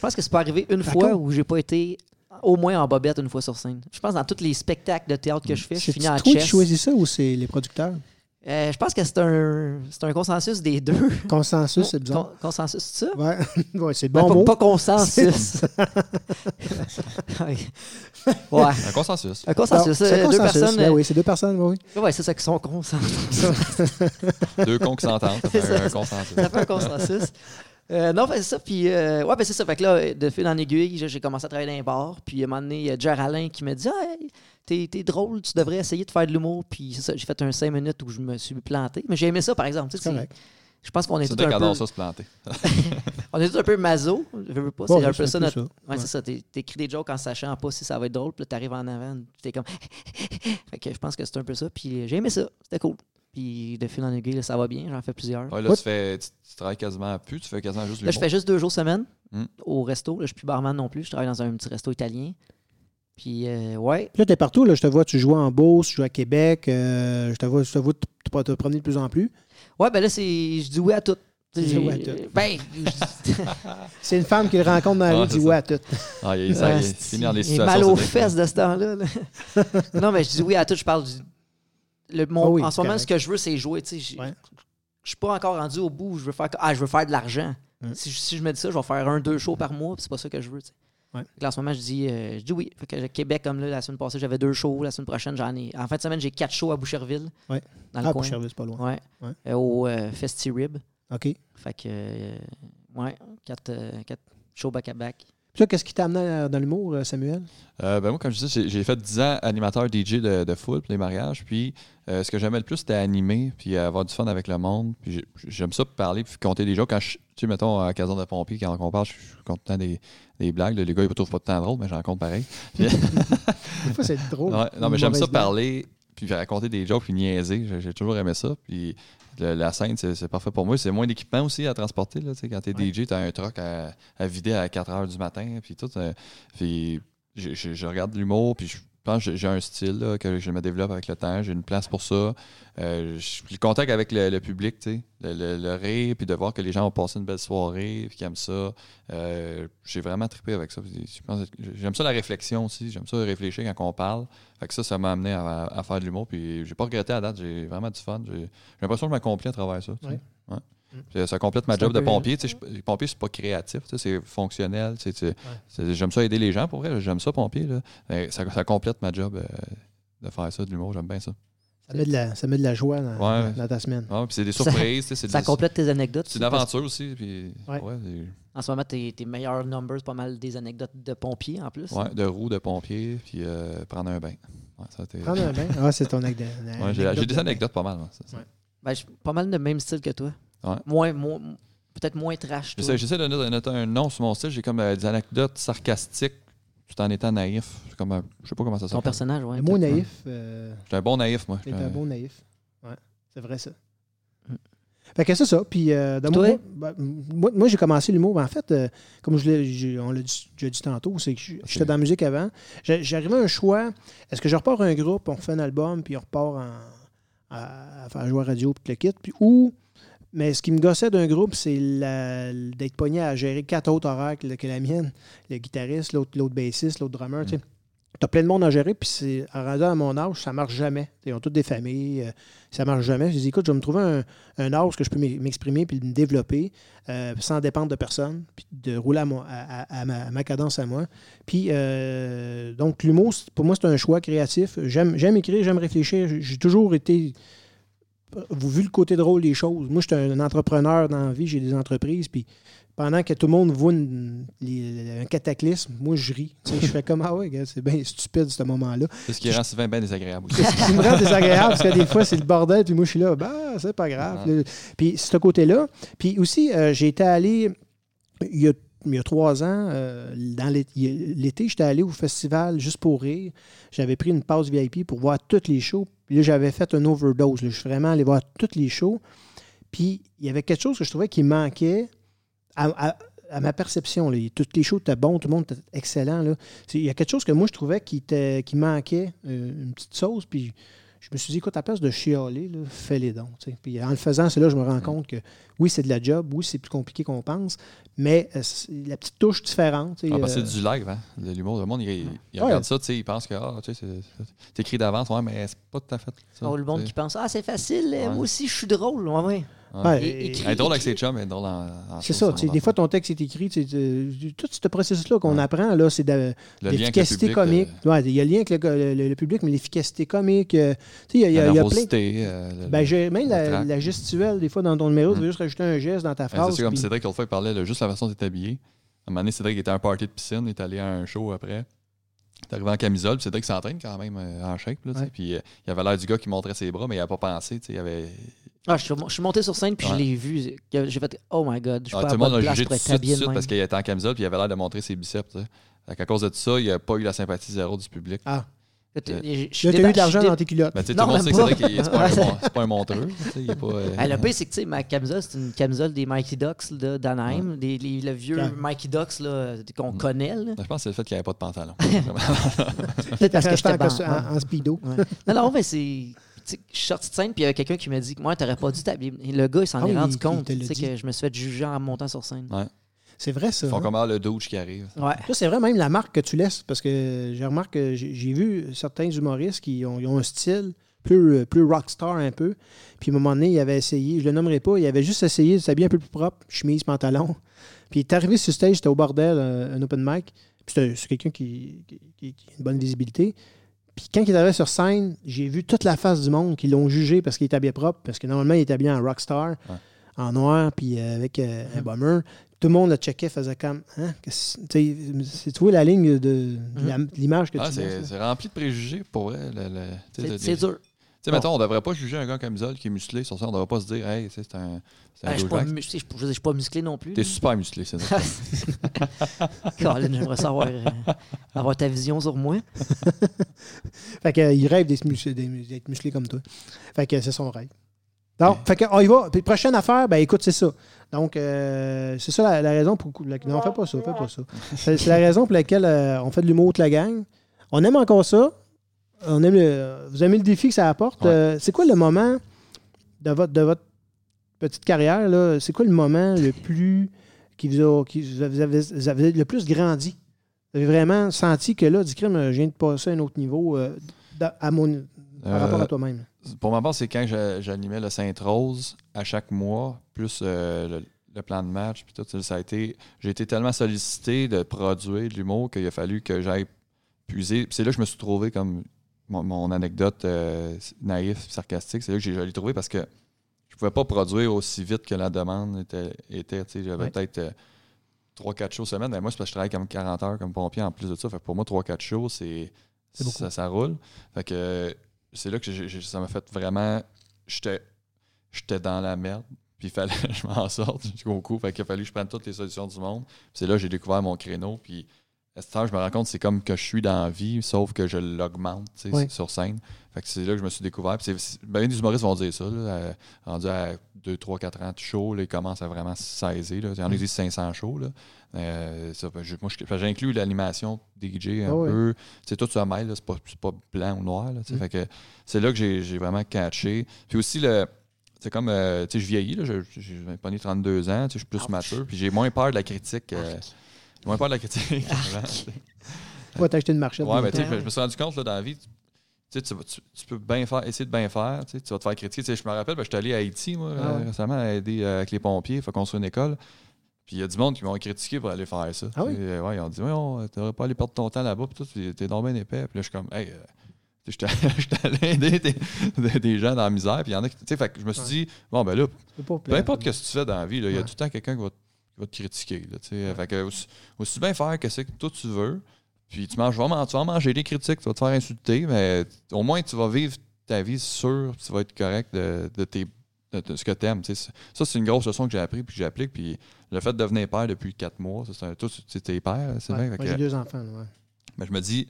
pense que c'est pas arrivé une fois où j'ai pas été au moins en bobette une fois sur scène. Je pense que dans tous les spectacles de théâtre que je fais, je C'est finis en toi qui chess. choisis ça ou c'est les producteurs Euh, je pense que c'est un, c'est un consensus des deux. Consensus, c'est bizarre. Con- consensus, c'est ça? Ouais, ouais c'est le Ben, bon pas- mot. pas, consensus. ouais. Un consensus. Un Non, consensus, c'est euh, deux consensus, personnes. ben euh, oui, c'est deux personnes, oui. Ouais, c'est ça qui sont consensus. Deux cons qui s'entendent. ça fait C'est ça. Un consensus. Ça fait un consensus. Euh, non, ben, c'est ça. Puis, euh, ouais, ben, c'est ça. Fait que là, de fil en aiguille, j'ai- j'ai commencé à travailler dans les bars. Puis, à un moment donné, il y a Jer Alain qui me dit Hey, t'es, t'es drôle, tu devrais essayer de faire de l'humour. Puis, c'est ça. J'ai fait un 5 minutes où je me suis planté. Mais j'ai aimé ça, par exemple. Tu sais, C'est correct. Je pense qu'on est, C'est tous deux qui un peu, adorent ça se planter. on est tous un peu maso. Je veux pas. Ouais, c'est un c'est peu un ça peu notre. ça. Ouais, c'est ça. T'é- T'écris des jokes en sachant pas si ça va être drôle. Puis, là, t'arrives en avant. Puis, t'es comme. fait que je pense que c'est un peu ça. Puis, j'ai aimé ça. C'était cool. Puis, de fil en aiguille, là, ça va bien. J'en fais plusieurs. Ouais, là, What? tu, fais, tu, tu travailles quasiment plus, tu fais quasiment juste Là, je l'humour. fais juste deux jours semaine Mm. au resto. Là, je suis plus barman non plus. Je travaille dans un petit resto italien. Puis, euh, ouais. Puis Là, t'es partout. Là, je te vois, tu joues en Beauce, tu joues à Québec. euh, je te vois, je te vois te, te- te promener de plus en plus. Ouais, ben là, c'est je dis oui à tout. Tu dis oui à tout. Ben, je dis- C'est une femme qui le rencontre dans la Ouais, rue, dit c'est ça. ouais à tout. Ah, il, ça, il est Asti, fini dans les il est mal situations. aux c'est- fesses de ce temps-là. là. non, mais je dis oui à tout. Je parle du. le- mon- Ah oui, en ce moment, correct. ce que je veux, c'est jouer. tu sais, j'ai- Ouais. Je suis pas encore rendu au bout. où Je veux faire. Ah, je veux faire de l'argent. Mm. Si, je, si je me dis ça, je vais faire un, deux shows par mois. puis C'est pas ça que je veux. tu sais. Ouais. Fait que là, en ce moment, je dis, euh, je dis oui. Fait que le Québec, comme là, la semaine passée, j'avais deux shows. La semaine prochaine, j'en ai. En fin de semaine, j'ai quatre shows à Boucherville. Ouais. Dans le Ah, coin. pour service, pas loin. Ouais. Ouais. Euh, au euh, FestiRib. OK. Puis Fait que. euh, ouais. Quatre, euh, quatre shows back-à-back. toi, qu'est-ce qui t'a amené euh, dans l'humour, euh, Samuel? Euh, ben moi, comme je disais, j'ai- j'ai fait 10 ans animateur DJ de, de foot, puis des mariages. Puis euh, ce que j'aimais le plus, c'était animer, puis avoir du fun avec le monde. Puis j'ai- j'aime ça parler, puis compter des jokes. Quand je, tu sais, mettons, à la caserne de pompiers, quand on parle, je suis content des, des blagues. Les gars, ils ne trouvent pas de temps drôle, mais j'en compte pareil. Des fois, c'est drôle. Ouais, non, mais Une j'aime mauvaise ça blague. parler, puis raconter des jokes, puis niaiser. J'ai j'ai toujours aimé ça. Puis le- la scène, c'est c'est parfait pour moi. C'est moins d'équipement aussi à transporter. Là, tu sais, quand t'es Ouais. DJ, t'as un truck à, à vider à 4 heures du matin, puis tout. euh, puis je, je- je regarde l'humour, puis je pense que j'ai- j'ai un style là, que je me développe avec le temps. J'ai une place pour ça. Euh, je- le contact avec le, le public, tu sais, le, le- le rire, puis de voir que les gens ont passé une belle soirée, puis qu'ils aiment ça. Euh, j'ai vraiment trippé avec ça. Puis je pense que J'aime ça la réflexion aussi. J'aime ça réfléchir quand on parle. Fait que ça, ça m'a amené à, à faire de l'humour. Puis j'ai pas regretté à date. J'ai vraiment du fun. J'ai j'ai l'impression que je m'accomplis à travers ça. tu sais. Ouais. Ouais. Puis euh, Ça complète ma Mm. C'est un job de peu- pompier. tu sais, je- pompier, c'est pas créatif, tu sais, c'est fonctionnel. tu sais, tu- c'est- J'aime ça aider les gens pour vrai. J'aime ça, pompier. là. Mais Ça, ça complète ma job euh, de faire ça, de l'humour. J'aime bien ça. Ça met de la, ça met de la joie dans, Ouais. dans ta semaine. Ouais, Ah, puis c'est des Ça- surprises. tu sais, c'est Ça des- complète tes anecdotes. C'est une aventure aussi. Puis, Ouais. ouais, c'est- En ce moment, tes, tes meilleurs numbers, c'est pas mal des anecdotes de pompiers en plus. Ouais, de roue, de pompier, puis euh, prendre un bain. Ouais, ça, t'es- Prends un bain. Ah, c'est ton anecdot. Ouais, j'ai j'ai des anecdotes pas mal. ouais, c'est ça. Ouais. Ben, je- pas mal de même style que toi. Ouais. Moins, moins- peut-être moins trash. toi. J'essaie j'essaie de no- de noter un nom sur mon style. J'ai comme euh, des anecdotes sarcastiques tout en étant naïf. Je suis comme un- je sais pas comment ça Ton s'appelle. personnage, ouais. Le mot peut-être. naïf, euh, J'étais un bon naïf, moi. Euh, t'es J'étais un un- bon naïf. Ouais, c'est vrai ça. euh, Mm. Fait que c'est ça. Puis, euh, dans Toi? mon- ben, moi, moi, j'ai commencé l'humour. Ben, en fait, euh, comme je l'ai, j'ai- on l'a dit, déjà dit tantôt, c'est que je- j'étais dans la musique avant. J'ai- J'arrivais à un choix. Est-ce que je repars un groupe, on refait un album, puis on repart en, à, à faire jouer à radio, puis tout le kit, puis ou Mais ce qui me gossait d'un groupe, c'est la- d'être pogné à gérer quatre autres horaires que, que la mienne. Le guitariste, l'autre l'autre bassiste, l'autre drummer. Tu as plein de monde à gérer, puis c'est en rendant à mon âge, ça marche jamais. Ils ont toutes des familles, euh, ça marche jamais. Je dis, écoute, je vais me trouver un, un âge que je peux m'e- m'exprimer puis me développer euh, sans dépendre de personne, puis de rouler à, mon- à- à- à ma, à ma cadence à moi. Puis, euh, donc, l'humour, c'est- pour moi, c'est un choix créatif. J'aime j'aime écrire, j'aime réfléchir. J'ai- J'ai toujours été vous vu le côté drôle des choses. Moi, je suis un entrepreneur dans la vie, j'ai des entreprises, puis pendant que tout le monde voit une- les- un cataclysme, moi, je ris. Tu sais, je fais comme, ah ouais, gars, c'est bien stupide, ce moment-là. C'est ce qui rend Sylvain bien désagréable aussi. Qu'est-ce qui me rend désagréable, parce que des fois, c'est le bordel, puis moi, je suis là, bah, c'est pas grave. Le- Puis, c'est ce côté-là. Puis aussi, euh, j'étais allé, il y a, il y a trois ans, euh, dans l'é- il y a- l'été, j'étais allé au festival juste pour rire. J'avais pris une pause VIP pour voir toutes les shows. Puis là, j'avais fait une overdose. là. Je suis vraiment allé voir toutes les shows. Puis, il y avait quelque chose que je trouvais qui manquait à, à- à ma perception. là. Toutes les shows étaient bons, tout le monde était excellent. là. C'est- Il y a quelque chose que moi, je trouvais qui, était- qui manquait, euh, une petite sauce. Puis je me suis dit, écoute, à la place de chialer, là, fais les dons. tu sais. Puis en le faisant, c'est là que je me Mm. rends compte que oui, c'est de la job, oui, c'est plus compliqué qu'on pense, mais euh, c'est la petite touche différente. tu sais, On va passer euh, du live, hein? de l'humour. Le monde, il, il Ouais. regarde ça, tu sais, il pense que ah, tu sais, c'est- c'est écrit d'avance, ouais, mais c'est pas tout à fait ça. Oh, le monde tu qui sais. pense Ah, c'est facile, Ouais. moi aussi, je suis drôle. Ouais, ouais. ouais, et- et- Elle est drôle avec ses chums, elle est drôle en. en C'est show, ça. on tu sais, l'entend. Des fois, ton texte est écrit. tu sais, tu- Tout ce processus-là qu'on Ouais. apprend, là, c'est de, Le lien avec le l'efficacité public, comique. euh, Ouais, Il y a le lien avec le, le- le public, mais l'efficacité comique. euh, tu sais, il y a, il y a- la il y a plein. nervosité. euh, le- Ben, j'ai- même le la, trac. la gestuelle, des fois, dans ton numéro, tu veux juste rajouter un geste dans ta Ouais, phrase. c'est comme puis- Cédric, l'autre fois, il parlait là, juste la façon d'être habillé. À un moment donné, Cédric était à un party de piscine, il est allé à un show après. Il est arrivé en camisole, puis Cédric s'entraîne quand même euh, en shape. Là, tu sais. Ouais. Puis euh, il avait l'air du gars qui montrait ses bras, mais il n'avait pas pensé. tu sais, Il avait... Ah, je, suis, je suis monté sur scène puis Ouais. je l'ai vu. Que J'ai fait Oh my god, je suis Ah, pas tout à le monde bonne l'a place jugé tout de pour être suite, tout de habillé de suite même. parce qu'il était en camisole, puis il avait l'air de montrer ses biceps. tu sais. Fait qu'à cause de tout ça, il n'a pas eu la sympathie zéro du public. Ah, euh, Là, t'es- je- je suis là, t'as déta- eu de l'argent je suis dans tes culottes. Ben, tu sais, tout Non, le monde même sait que Cédric, pas. il- c'est pas, un mon- c'est pas un montreux. tu sais, il est pas, euh, Ah, le pire, c'est que tu sais, ma camisole, c'est une camisole des Mikey Ducks là, d'Anaheim, des- les- le vieux Ouais. Mikey Ducks là, qu'on Mm. connaît. là. Je pense que c'est le fait qu'il n'y avait pas de pantalon. Peut-être parce que Restant j'étais en ban- costu- en, en speedo. Ouais. Non, non, mais c'est. tu sais, Je suis sorti de scène, puis il y avait quelqu'un qui m'a dit que moi, t'aurais pas dû t'habiller. Et Le gars, il s'en Ah est oui, rendu il te compte. l'a Tu sais, dit. que je me suis fait juger en montant sur scène. Ouais. C'est vrai, ça. Ils font hein? comme ah, le douche qui arrive. Ouais. Ça, c'est vrai, même la marque que tu laisses, parce que je remarque que j'ai j'ai vu certains humoristes qui ont, ils ont un style plus, euh, plus rockstar un peu. Puis à un moment donné, il avait essayé, je le nommerai pas, il avait juste essayé de s'habiller un peu plus propre, chemise, pantalon. Puis il est arrivé sur stage, c'était au bordel, euh, un open mic. Puis c'était- c'est quelqu'un qui, qui, qui- qui a une bonne visibilité. Puis quand il est arrivé sur scène, j'ai vu toute la face du monde qui l'ont jugé parce qu'il était habillé propre, parce que normalement, il était habillé en rockstar, Ouais. en noir, puis euh, avec euh, un bomber tout le monde le checkait, faisait comme. Hein, qu'est-ce- tu sais, c'est trouver la ligne de, de la- de l'image que Ah, tu c'est laisses. c'est rempli de préjugés pour vrai. le- le- tu sais, C'est le- c'est les- dur. Tu sais, mettons, on devrait pas juger un gars comme Zol qui est musclé sur ça. On devrait pas se dire, hey, tu sais, c'est un, c'est un Ah, Je suis pas douchebag. mu- je sais, je- je suis pas musclé non plus. T'es là. super musclé, c'est ça. Colin, j'aimerais savoir euh, avoir ta vision sur moi. Fait qu'il rêve d'être musclé, d'être musclé comme toi. Fait que c'est son rêve. Donc, fait que, on y va. Puis, prochaine affaire, ben écoute, c'est ça. Donc, euh, c'est ça la, la raison pour laquelle. Non, fais pas ça, fais pas ça. C'est c'est la raison pour laquelle euh, on fait de l'humour toute la gang. On aime encore ça. On aime le- vous aimez le défi que ça apporte. Ouais. Euh, c'est quoi le moment de votre, de votre petite carrière? là? C'est quoi le moment le plus qui vous a qui vous a- vous avez, vous avez le plus grandi? Vous avez vraiment senti que là, du crime, euh, je viens de passer à un autre niveau euh, dans- à mon, par Euh, rapport à toi-même. Pour ma part, c'est quand je- j'animais le Sainte-Rose à chaque mois, plus euh, le, le plan de match, puis tout. ça, Ça a été, j'ai été tellement sollicité de produire de l'humour qu'il a fallu que j'aille puiser. Puis C'est là que je me suis trouvé comme mon, mon anecdote euh, naïf, sarcastique. C'est là que j'ai- je l'ai trouvé parce que je pouvais pas produire aussi vite que la demande était. était tu sais, J'avais Ouais. peut-être. euh, 3-4 shows semaine, mais moi, c'est parce que je travaille comme 40 heures comme pompier en plus de ça. Fait que pour moi, 3-4 shows, c'est, C'est beaucoup. ça, ça roule. Fait que euh, c'est là que j'ai- j'ai- ça m'a fait vraiment. J'étais j'étais dans la merde. Puis il fallait que je m'en sorte jusqu'au coup. Fait qu'il a fallu que je prenne toutes les solutions du monde. Puis c'est là que j'ai découvert mon créneau. Puis à cette heure, je me rends compte c'est comme que je suis dans la vie, sauf que je l'augmente tu sais, Ouais. sur scène. Fait que c'est là que je me suis découvert. Puis c'est- c'est- ben, les humoristes vont dire ça. Là, euh, rendu à 2, 3, 4 ans de show, là, ils commencent à vraiment se saisir. Là. Mm. Il en existe 500 shows. Là. Euh, ça, ben, je- moi, je- j'inclus l'animation DJ un Ah ouais. peu. C'est tout ça mêle, là, c'est pas, c'est pas blanc ou noir. là, tu sais. Mm. Fait que c'est là que j'ai j'ai vraiment catché. Puis aussi, le, tu c'est comme, euh, tu sais, je vieillis, là, je- je- j'ai pas né 32 ans, tu sais, je suis plus Ouch. mature, puis j'ai moins peur de la critique. euh, j'ai moins peur de la critique. avant, tu sais. Tu vas t'acheter une marchette. Ouais, de mais tu sais, Ouais. je, je me suis rendu compte là, dans la vie, tu, tu sais, tu, vas- tu- tu peux bien faire, essayer de bien faire, tu, sais, tu vas te faire critiquer. Tu sais, je me rappelle, ben, j'étais allé à Haïti moi, Ah ouais. euh, récemment à aider euh, avec les pompiers, il faut construire une école. Puis il y a du monde qui m'ont critiqué pour aller faire ça. Ah oui? Tu sais, euh, ouais, ils ont dit, ouais, on- t'aurais pas allé perdre ton temps là-bas, puis tout, puis t'es donc bien épais. Puis là, je suis comme, hey, euh, tu sais, j'étais j'étais allé aider des, des- des gens dans la misère. Puis il y en a qui, tu sais, fait que je me suis Ouais. dit, bon, ben là, C'est pas euh, peu plat. importe ce que tu fais dans la vie, là, il y a Ouais. tout le temps quelqu'un qui va, te- qui va te critiquer. là, tu sais. Fait que aussi, aussi bien faire que ce que toi tu veux, puis tu, manges, vraiment- tu vas manger des critiques, tu vas te faire insulter, mais au moins tu vas vivre ta vie sûre, puis tu vas être correct de, de tes- de- de ce que tu aimes. Ça, c'est une grosse leçon que j'ai appris puis que j'applique. Puis le fait de devenir père depuis quatre mois, ça, c'est un, toi, tu tu sais, t'es père, c'est Ouais, vrai. moi, j'ai deux enfants. là, ouais. mais je me dis,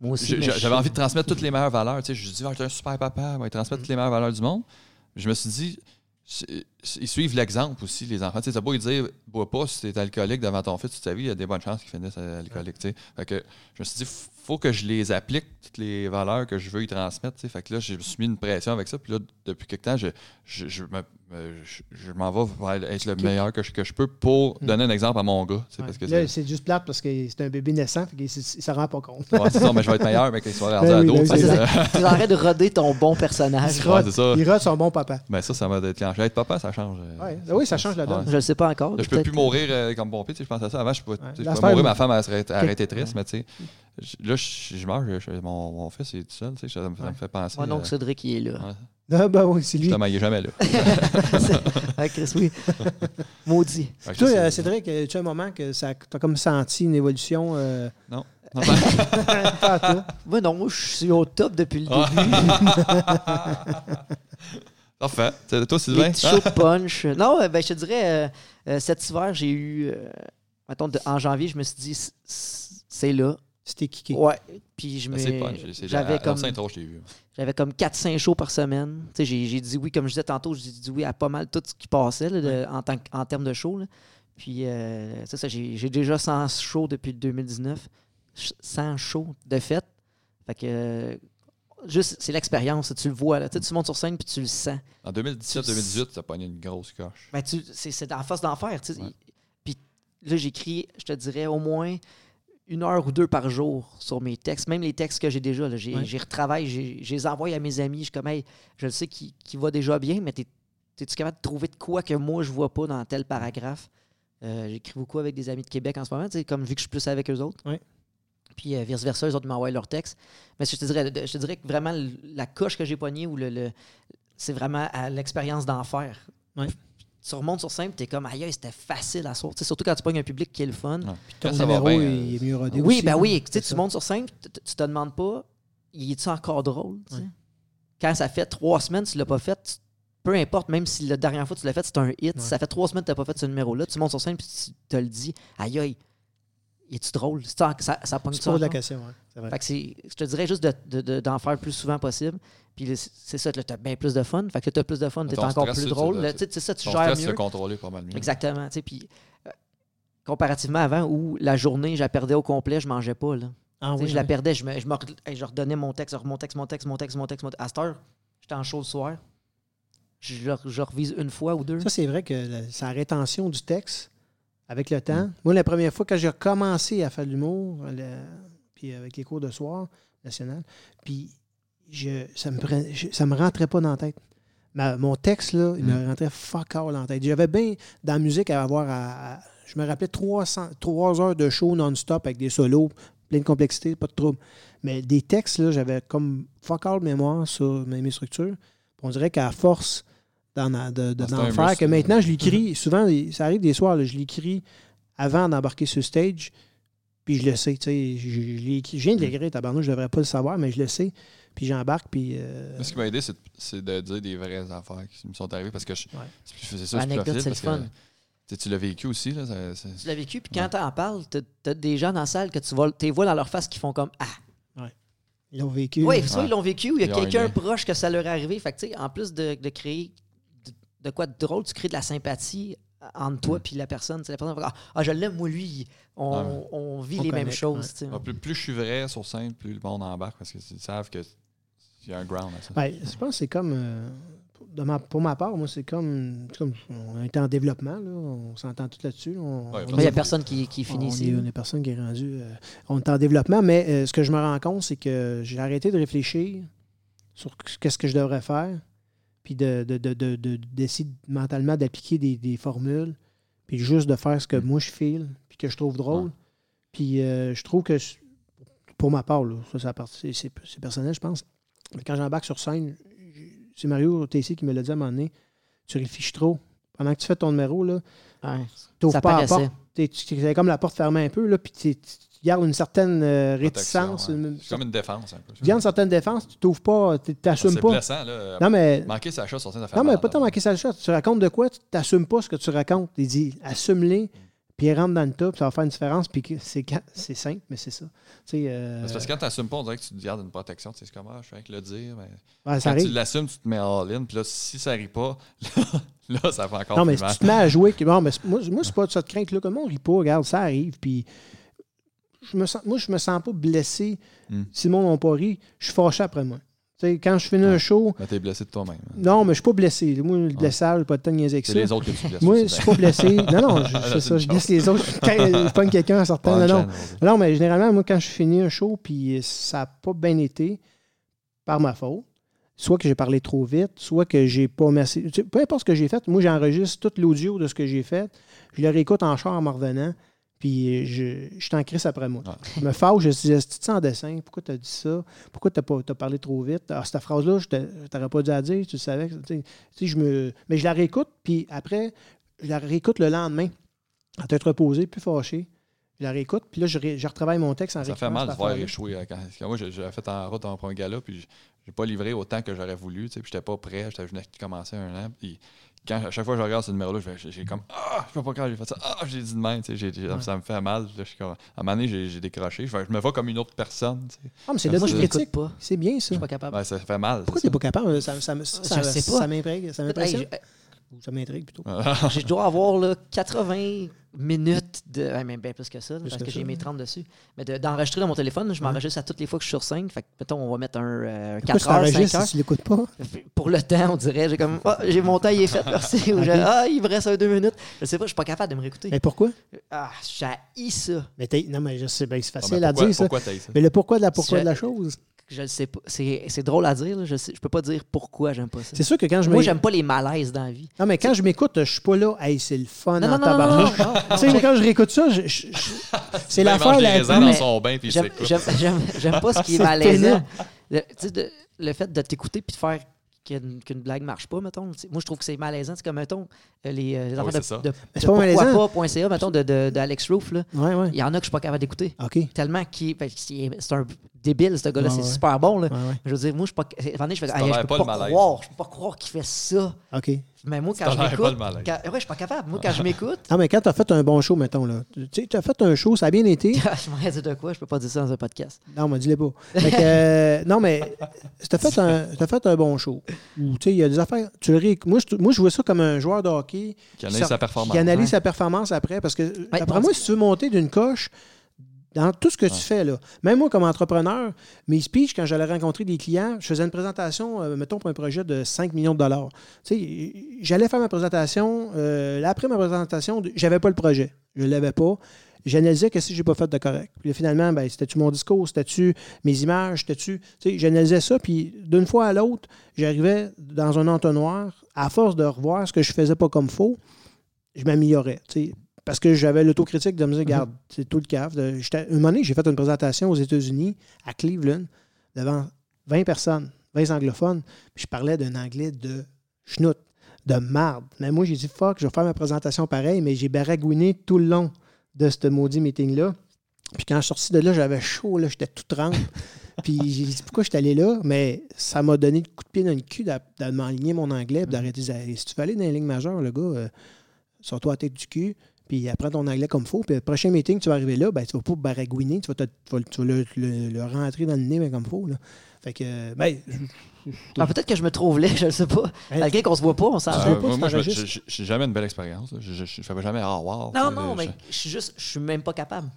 Moi aussi. j'ai- mais j'ai- je- J'avais envie de transmettre toutes les meilleures valeurs. Tu sais, je dis, ah, t'es un super papa, il transmet toutes les meilleures valeurs du monde. Je me suis dit, c'est- c'est- ils suivent l'exemple aussi, les enfants. Tu sais, t'as beau lui dire, bois pas, si t'es alcoolique devant ton fils toute ta vie, il y a des bonnes chances qu'ils finissent alcoolique. tu sais. Fait que je me suis dit, faut que je les applique, toutes les valeurs que je veux y transmettre. tu sais. Fait que là, je me suis mis une pression avec ça. Puis là, depuis quelque temps, je, je, je me- me- je- je m'en vais vers être le meilleur que je, que je peux pour donner un exemple à mon gars. tu sais, Hmm. Ouais. parce que Là, c'est- c'est juste plate parce que c'est un bébé naissant, fait qu'il s- il s'en rend pas compte. Ouais, c'est ça, mais je vais être meilleur, mais qu'il soit rendu Ben oui, ado. ben tu oui, sais. c'est Tu arrêtes de roder ton bon personnage. Ouais, c'est ça. Il rate son bon papa. Ben ça, ça m'a déclenché. Être papa, ça change. euh, Ouais. Oui, ça change la donne. Je le sais pas encore. Là, je peux peut-être- plus mourir euh, comme pompier, tu sais, je pense à ça. Avant, je pouvais, tu sais, je La pouvais sphère- mourir, ma femme, elle serait arrêtée triste, mais tu sais, je- là, je, je meurs, je- je- mon, mon fils, il est tout seul, tu sais, ça me, ça me fait penser. Mon oncle euh, Cédric, il est là. ouais. Ah, ben oui, c'est lui. Justement, il est jamais là. ah, Chris, oui. Maudit. Fait que Toi, ça, euh, Cédric, euh, tu as un moment que ça t'as comme senti une évolution euh, Non. Non, ben, pas à toi? Moi, non, moi, je suis au top depuis le Ah. début. Parfait. C'est- Toi, Sylvain? Ah, Les petits shows de punch. Non, euh, ben, je te dirais, euh, euh, cet hiver, j'ai eu. euh, mettons, de- en janvier, je me suis dit, c- c- c'est là. C'était kické. Ouais. Puis je Ah, C'est pas. me. J'avais J'avais comme. comme. L'intro, je t'ai vu. J'avais comme 4-5 shows par semaine. Tu sais, J'ai j'ai dit oui, comme je disais tantôt, j'ai dit oui à pas mal tout ce qui passait là, de- en, tant que- en termes de shows. là. Puis, euh, c'est ça, j'ai j'ai déjà 100 shows depuis le 2019. Ch- 100 shows de fête. Fait que, euh, juste, c'est l'expérience, tu le vois. Là. Tu sais, tu montes sur scène puis tu le sens. En 2017-2018, t'as pogné une grosse coche. Ben, tu- c'est c'est en face d'enfer. tu sais. Ouais. Puis là, j'écris, je te dirais, au moins une heure ou deux par jour sur mes textes, même les textes que j'ai déjà. là, J'ai Ouais. j'ai retravaille, j'ai- je les envoie à mes amis. Je suis comme, hey, je le sais qui, qui va déjà bien, mais t'es- t'es-tu capable de trouver de quoi que moi, je vois pas dans tel paragraphe? Euh, J'écris beaucoup avec des amis de Québec en ce moment, tu sais, comme vu que je suis plus avec eux autres. Ouais. Puis euh, vice-versa, eux autres ils m'envoient leurs textes. Mais je te dirais, je te dirais que vraiment, le- la coche que j'ai pognée, ou le, le- c'est vraiment à l'expérience d'enfer tu remontes sur scène, tu es comme aïe, aïe, c'était facile à soir. Tu sais, surtout quand tu pognes un public qui est le fun. Ouais. Mm. Ton Quand ça va numéro, bien, il- euh, il est mieux rodé Oui, aussi, ben là. oui, tu sais, hein, C'est tu ça. montes sur scène, tu tu- tu te demandes pas, il est-tu encore drôle? tu sais? Ouais. Quand ça fait trois semaines, tu l'as pas fait, tu- peu importe, même si la dernière fois tu l'as fait, c'est un hit, Ouais. ça fait trois semaines que tu n'as pas fait ce numéro-là, tu montes sur scène puis tu te le dis, aïe, aïe, es-tu drôle? C'est en- Ça, ça pogne Tu te poses la question, hein. C'est vrai. fait que c'est- je te dirais juste de- de- de- d'en faire le plus souvent possible. Puis le- c'est ça, tu as bien plus de fun. Fait que tu as plus de fun, tu es Ton encore stress, plus tu- drôle. tu- Là, tu sais, C'est ça, tu Ton gères stress mieux. se contrôlait pas mal mieux. Exactement. tu sais, Puis, euh, comparativement avant où la journée, je la perdais au complet, je mangeais pas. Là. Ah Tu sais, oui, je la oui. perdais, je, me, je, me re- hey, je redonnais mon texte, mon texte, mon texte, mon texte, mon texte. Mon texte. À cette heure, j'étais en chaud le soir. Je, le- je revise une fois ou deux. Ça, c'est vrai que la- sa rétention du texte, avec le temps. Moi, la première fois, quand j'ai recommencé à faire de l'humour, le- puis avec les cours de soir, national, puis je, ça me prenait- je- ça me rentrait pas dans la tête. Ma- mon texte, là, il me rentrait fuck all en tête. J'avais bien, dans la musique, à avoir à- à- je me rappelais 300 trois heures de show non-stop avec des solos, plein de complexité, pas de trouble. Mais des textes, là, j'avais comme fuck all mémoire sur mes, mes structures. Puis On dirait qu'à force d'en de, de- Ah, c'est d'en un faire, muscle. que maintenant, je l'écris, souvent, ça arrive des soirs, là, je l'écris avant d'embarquer sur stage, puis je le sais, tu sais, je, je l'ai écrit- je viens de l'écrire, tabarnouche, je devrais pas le savoir, mais je le sais, puis j'embarque, puis... euh, Moi, ce qui m'a aidé, c'est de- c'est de dire des vraies affaires qui me sont arrivées parce que je, Ouais. si je faisais ça, je Anecdote, c'est le fun. Tu l'as vécu aussi. Là, ça- ça- Tu l'as vécu, puis quand t'en parles, t'as t'as des gens dans la salle que tu vois, t'es vois dans leur face qui font comme Ah, Ils l'ont vécu. Oui, soit Ouais. ils l'ont vécu ou il y a Ils ont quelqu'un aimé. proche que ça leur est arrivé. Fait que, tu sais, en plus de, de créer de, de quoi de drôle, tu crées de la sympathie euh, entre toi puis la personne. Tu sais, La personne va faire, ah, je l'aime, moi, lui, il- on, Ouais. on vit On les mêmes connecte, choses. tu sais. Ah, plus, plus je suis vrai sur scène, plus le monde embarque parce qu'ils savent que il y a un ground à ça. Ouais, je pense que c'est comme. euh, de ma- pour ma part, moi, c'est comme, c'est comme- On est en développement, là, on s'entend tout là-dessus. là, on- Ouais, on Il Mais n'y est- a personne qui, qui finit on ici. est- on est personne qui est rendu. euh, on est en développement, mais euh, ce que je me rends compte, c'est que j'ai arrêté de réfléchir sur qu- qu'est-ce que je devrais faire, puis de, de, de- de- de- d'essayer mentalement d'appliquer des, des formules, puis juste de faire ce que Mm. moi je file, puis que je trouve drôle. Ouais. Puis euh, je trouve que, je- pour ma part, là, ça, ça part- c'est, c'est- c'est personnel, je pense. Mais quand j'embarque sur scène, j- c'est Mario TC qui me l'a dit à un moment donné tu réfléchis trop. Pendant que tu fais ton numéro, là, Ouais. t'ouvres Ça pas la porte paraissait. t'es- tu- t'avais comme la porte fermée un peu, là, puis t'es- tu tu gardes une certaine euh, Protection, réticence. ouais. une- C'est comme une défense un peu. tu gardes une certaine défense, tu t'ouvres pas, tu t'assumes C'est pas. blessant, là. Non, mais, Manquer sa chasse, sortir de faire non, mais mal, pas tant là. manquer ça le shot. Tu racontes de quoi, tu t'assumes pas ce que tu racontes. Il dit, assume-les, puis rentre dans le tas, puis ça va faire une différence, puis que c'est quand- c'est simple, mais c'est ça. Tu sais, euh, C'est parce que quand tu n'assumes pas, on dirait que tu te gardes une protection. Tu sais, c'est comme, ah, je fais avec le dire. Mais ouais, ça quand tu arrive. l'assumes, tu te mets en ligne. Puis là, si ça arrive pas, là, là, ça fait encore Non, mais plus si mal. tu te mets à jouer. que- bon, mais c'est- moi, moi, c'est pas de cette crainte-là. Comme on rit pas, regarde, ça arrive. Puis, je me sens, moi, je me sens pas blessé. Mm. Si le monde n'a pas ri, je suis fâché après moi. Tu sais, quand je finis un Ouais. show, Mais t'es blessé de toi-même. hein. Non, mais je suis pas blessé. Moi, le blessage, pas de temps de niaiser avec C'est ça. les autres que tu blesses. Moi, aussi, ben. je suis pas blessé. Non, non, je, je C'est fais ça. une Je joke. blesse les autres. Quand je pogne quelqu'un en sortant. Punch Non, non. and roll. Non, mais généralement, moi, quand je finis un show, puis ça n'a pas bien été, par ma faute, soit que j'ai parlé trop vite, soit que j'ai pas merci. tu sais, Peu importe ce que j'ai fait, moi, j'enregistre tout l'audio de ce que j'ai fait, je le réécoute en char en me revenant, puis je, je suis en crise après moi. Ouais. Je me fâche, je dis, c'est sans dessin, pourquoi tu as dit ça? Pourquoi tu as, parlé trop vite? Ah, cette phrase-là, je t'a- t'aurais pas dû la dire, tu le savais. que- tu sais, tu sais, je me... Mais je la réécoute, puis après, je la réécoute le lendemain, à tête reposée, plus fâché. Je la réécoute, puis là, je, ré- je retravaille mon texte en Ça fait réécoutant mal de cette voir affaire-là. échouer. hein, Quand, quand moi, j'ai j'ai fait en route en premier gala, puis j'ai- j'ai pas livré autant que j'aurais voulu. Tu sais, puis j'étais pas prêt. J'étais venu de commencer un an. Puis quand, à chaque fois que je regarde ce numéro-là, je fais- j'ai j'ai comme Ah, je sais pas quand j'ai fait ça. Ah, j'ai dit de même. Tu sais, j'ai- j'ai- Ouais. Ça me fait mal. Là, je suis comme- à un moment donné, j'ai j'ai décroché. Je, fais- je me vois comme une autre personne. tu sais. Ah, mais c'est là Moi, que je je ne critique. l'écoute pas. C'est bien, Je ça. suis pas capable. Ben, ça fait mal. Ah. Pourquoi c'est t'es pas capable? Ça, ça, me- ça, Je sais pas. ça m'intrigue. Ça Hey, m'impressionne. je- Ou Ça m'intrigue plutôt. ça. Je dois avoir là, 80 minutes de. ouais, mais bien plus que ça, là, Plus parce que que, ça, j'ai mes ouais. 30 dessus. Mais de- d'enregistrer dans mon téléphone, je Ouais. m'enregistre à toutes les fois que je suis sur scène. Fait que, mettons, on va mettre un euh, Pourquoi 4 tu heures, 5 t'enregistres heures. si tu l'écoutes pas? Pour le temps, on dirait. J'ai comme. Ah, j'ai mon temps, il est fait, merci. Ou j'ai, Ok. Ah, il me reste un 2 minutes. Je sais pas, je suis pas capable de me réécouter. Mais pourquoi? Ah, j'haïs ça. Mais t'es- non, mais je sais bien que c'est Ah, ben, facile à pourquoi- dire, ça. Pourquoi t'as eu ça? Mais le pourquoi de la pourquoi Je- de la chose. Je le sais pas. C'est, c'est drôle à dire, là. Je, sais- je peux pas dire pourquoi j'aime pas ça. C'est sûr que quand je Moi, m'écoute. j'aime pas les malaises dans la vie. Non, mais quand je m'écoute, je suis pas là, hey, c'est le fun Non, en non, non, non, non, tabarnak. non, non. Tu sais, moi, quand je réécoute ça, je- je- je- c'est Ben, il mange l'affaire des la raisins plus. dans plus- son bain, puis il J'aime- s'écoute. J'aime j'aime- j'aime pas ce qui est C'est malaisant. pénible. Le, tu sais, de- le fait de t'écouter puis de faire qu'une qu'une blague marche pas, mettons. tu sais, Moi, je trouve que c'est malaisant. C'est comme, mettons, euh, les, euh, les Ah oui, affaires c'est de- ça. de, de, c'est pas malaisant. pourquoipas.ca, mettons, d'Alex de, d'Alex Roof, là. Ouais, ouais. il y en a que je suis pas capable d'écouter. OK. Ouais, Tellement qu'il. fait que C'est c'est un débile, ce gars-là. Ouais, c'est ouais. super bon. Là. ouais. Je veux dire, moi, je suis pas. à un moment donné, je fais, tolères hey, je peux pas pas, le malaise. croire. Je peux pas croire qu'il fait ça. OK. Mais moi, quand tolères je pas m'écoute. le malaise. quand- Ouais, je suis pas capable. Moi, quand je m'écoute. Non, mais quand t'as fait un bon show, mettons, là. Tu sais, t'as fait un show, ça a bien été. je me dire de quoi? Je peux pas dire ça dans un podcast. Non, mais dis-le pas. Fait que, euh, non, mais t'as fait, un- t'as fait un bon show. Ou, tu sais, il y a des affaires. Tu le ré- moi, je, moi, je vois ça comme un joueur de hockey Qui analyse sa performance. qui analyse Ouais. sa performance après. Parce que, Ouais, d'après moi, si tu veux monter d'une coche dans tout ce que tu fais, là, même moi, comme entrepreneur, mes speeches, quand j'allais rencontrer des clients, je faisais une présentation, euh, mettons, pour un projet de 5 millions de dollars. Tu sais, j'allais faire ma présentation. euh, là, après ma présentation, j'avais pas le projet. Je l'avais pas. J'analysais qu'est-ce que j'ai pas fait de correct. Puis là, finalement, ben, c'était-tu mon discours, c'était-tu mes images, c'était-tu. Tu sais, j'analysais ça, puis d'une fois à l'autre, j'arrivais dans un entonnoir. À force de revoir ce que je faisais pas comme faux, je m'améliorais. tu sais. Parce que j'avais l'autocritique de me dire, regarde, c'est tout le cave. De- j'étais- Un moment donné, j'ai fait une présentation aux États-Unis, à Cleveland, devant 20 personnes, 20 anglophones, puis je parlais d'un anglais de schnout, de marde. Mais moi, j'ai dit, fuck, je vais faire ma présentation pareil, mais j'ai baragouiné tout le long de ce maudit meeting-là. Puis quand je suis sorti de là, j'avais chaud, là, j'étais tout trempe. puis j'ai dit, pourquoi je suis allé là? Mais ça m'a donné le coup de pied dans le cul d'a- de m'enligner mon anglais, puis d'arrêter de dire, Hey, si tu veux aller dans les lignes majeures, le gars, euh, sors-toi la tête du cul, puis apprends ton anglais comme faut. Puis le prochain meeting, tu vas arriver là, ben, tu vas pas baragouiner, tu vas, te- tu vas- tu vas le, le- le rentrer dans le nez ben, comme faut. Là. Fait que, euh, ben, Ah, peut-être que je me trouve laid, je le sais pas. Hmm. Hey. Malgré qu'on se voit pas, on s'en Ah, Euh, je veux pas moi, que moi, tu je me- enregistres. je- j'ai jamais une belle expérience. là. Je, je, je fais jamais Ah, wow. Non, tu sais, non, je- mais je suis juste, je suis même pas capable.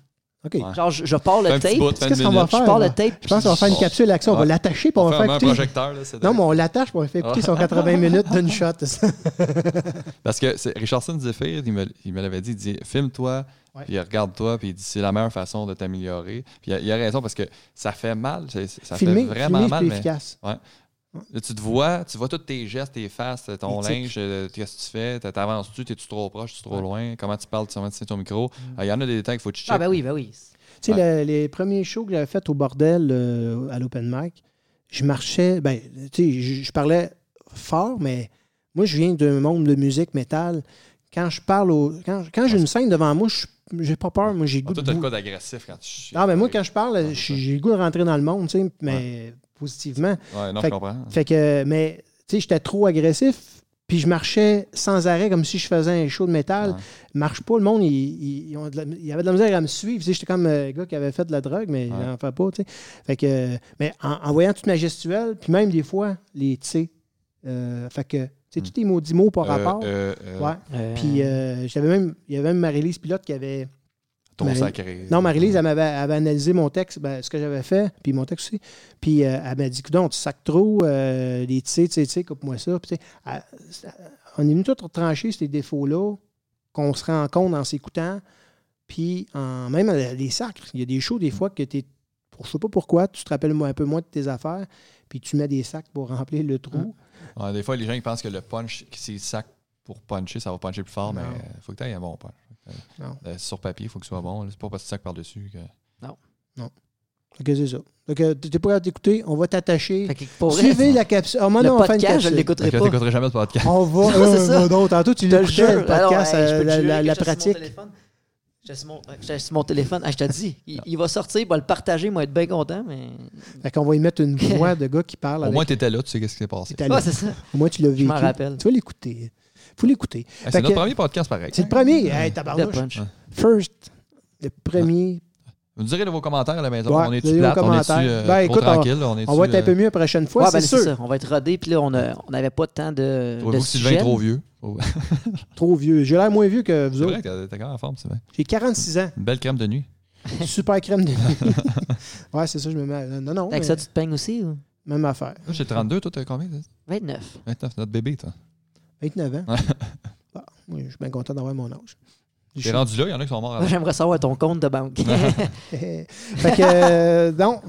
OK. Ouais. Genre, je, je pars le Fais un tape. petit bout, fais une Qu'est-ce qu'on va minute. faire? Je pars là? le tape. Je pense qu'on va faire une capsule action. On va Ouais. l'attacher puis on va Faire faire un écouter. projecteur, là, c'est Non, mais on l'attache pour faire écouter son 80 minutes d'une shot. Parce que c'est- Richardson Zephyr, il me, il me l'avait dit, il dit filme-toi, Ouais. puis regarde-toi, puis il dit c'est la meilleure façon de t'améliorer. Puis il a, il a raison parce que ça fait mal, c'est- ça Filmer, fait vraiment filmer, c'est mal, plus mais efficace. là, tu te vois, tu vois tous tes gestes, tes faces, ton Les tics. linge, euh, qu'est-ce que tu fais, t'a- t'avances-tu, t'es-tu trop proche, t'es-tu trop Ouais. Mm. loin, comment tu parles, tu comment tu tiens ton micro. Ah, Il y en a des détails qu'il faut que tu Ah, checkes. ben oui, ben oui. Tu sais, le- les premiers shows que j'avais fait au bordel euh, à l'open mic, je marchais, ben, tu sais, je, je parlais fort, mais moi, je viens d'un monde de musique métal. Quand je parle au. Quand, quand j'ai une scène devant moi, je j'ai pas peur, moi, j'ai le Ah, goût de. toi, t'as le bou- quoi d'agressif quand tu Ah, mais moi, quand je Ouais, parle, c'est j'ai ça. j'ai le goût de rentrer dans le monde, tu sais, mais positivement. Ouais, non, Fait je que- comprends. Fait que, mais, tu sais, j'étais trop agressif, puis je marchais sans arrêt, comme si je faisais un show de métal. Ouais. Marche pas, le monde, il, il- ils ont de la- il avait de la misère à me suivre. Tu sais, J'étais comme euh, le gars qui avait fait de la drogue, mais Ouais. j'en fais pas, tu sais. Fait que, euh, mais en, en voyant toute ma gestuelle, puis même des fois, les tu sais, euh, fait que, tu sais, tous les maudits mots par Euh, rapport. euh, euh, ouais. Puis, euh, j'avais même, il y avait même Marie-Lise Pilote qui avait. Ton Marie- sacré. Non, Marie-Lise, elle m'avait elle avait analysé mon texte, ben, ce que j'avais fait, puis mon texte aussi. Puis euh, elle m'a dit, coudon, tu sacs trop, euh, les tissés, tu sais, tu sais, coupe-moi ça. Puis, tu sais, elle- ça- on est venu tout retrancher ces défauts-là, qu'on se rend compte en s'écoutant. Puis en, même euh, les sacres, il y a des shows des fois que tu pour je sais pas pourquoi, tu te rappelles mo- un peu moins de tes affaires, puis tu mets des sacs pour remplir le Hein. trou. Ouais, des fois, les gens ils pensent que le punch, que s'ils sac pour puncher, ça va puncher plus fort, Non. mais il faut que tu aies un bon punch. Faut que t'ailles- Non. Euh, sur papier, il faut que ce soit bon. là. C'est pas parce que tu sac par-dessus que. Fait que c'est ça. Donc, euh, t'es pas à t'écouter, on va t'attacher. Fait que pour vrai, Suivez la capsule. Ah, moi, le non, on fait une podcast, je capsule. Fait l'écouterai que pas. là, t'écouterais jamais de podcast. On va. C'est euh, ça. va donc. tantôt, tu Je te l'écoutais, le jure. Alors, podcast, hey, Ah je euh, peux te la, jurer la- que la j'étais sur mon pratique. téléphone. J'étais sur mon- ouais, j'étais sur mon téléphone. Ah, je te dis, il, il va sortir, il va le partager, moi, être bien content, mais. Fait qu'on va y mettre une voix de gars qui parle. Au avec- moins, t'étais là, tu sais qu'est-ce qui s'est passé. Eh, T'es allé. Ouais, Ah, c'est ça. Au moins, tu l'as vécu. m'en rappelle. Tu vas l'écouter. Faut l'écouter. Hey, Fait c'est notre que- premier podcast pareil. C'est le premier. hein. Hey, Le tabarnouche. punch. Ouais. First. Le premier. Vous direz de vos commentaires à la maison. Ouais, on donnez est-tu vos plate? On est-tu commentaires. euh, Ben, trop écoute, on- tranquille? On, euh, est On va être un peu mieux la prochaine fois, Ouais, ben, c'est sûr. c'est ça. On va être rodé, puis là, on a- on n'avait pas tant de. de Trouvez-vous que Sylvain est sujets. trop vieux? Oh, Trop vieux. J'ai l'air moins vieux que vous C'est autres. vrai que t'es quand même en forme, Sylvain. J'ai 46 ans. Une belle crème de nuit. Super crème de nuit. ouais, c'est ça, je me mets. à- Non, non. Avec mais ça, tu te peignes aussi, ou? Même affaire. Là, j'ai 32, toi, t'as combien? 29. 29, notre bébé, toi. 29 ans. Ouais. Bon, moi, je suis bien content d'avoir mon âge. Je T'es suis- rendu là, il y en a qui sont morts Moi, avant. j'aimerais savoir ton compte de banque. fait que, euh, non.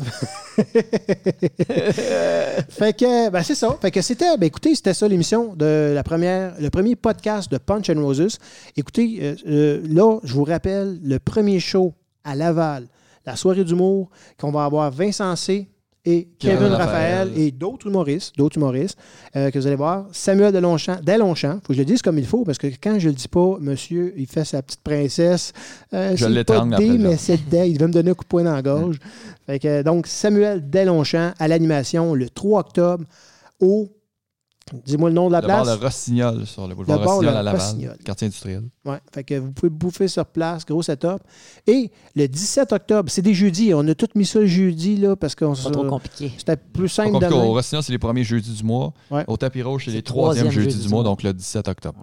fait que, ben, c'est ça. Fait que c'était, ben, écoutez, c'était ça l'émission de la première, le premier podcast de Punch and Roses. Écoutez, euh, euh, là, je vous rappelle le premier show à Laval, la soirée d'humour, qu'on va avoir Vincent C. et Kevin, Kevin Raphaël, Raphaël. et d'autres humoristes, d'autres humoristes euh, que vous allez voir. Samuel Delonchamp, Delonchamp, faut que je le dise comme il faut, parce que quand je le dis pas, monsieur, il fait sa petite princesse. Euh, Je c'est l'étrangle pas D, après le mais jeu. c'est D. Il va me donner un coup de poing dans la gorge. Fait que, euh, donc, Samuel Delonchamp à l'animation le 3 octobre au. Dis-moi le nom de la Le bord place. de Rossignol, sur le boulevard Le bord de Rossignol à Rossignol. Laval, quartier industriel. Ouais, fait que vous pouvez bouffer sur place, gros setup. Et le 17 octobre, c'est des jeudis. On a tout mis ça le jeudi, là, parce qu'on Pas trop compliqué. C'était plus Pas simple compliqué, Au demain. Rossignol, c'est les premiers jeudis du mois. Ouais. Au tapis rouge, c'est C'est les le troisième troisièmes jeudis jeudi du du mois, mois. donc le 17 octobre.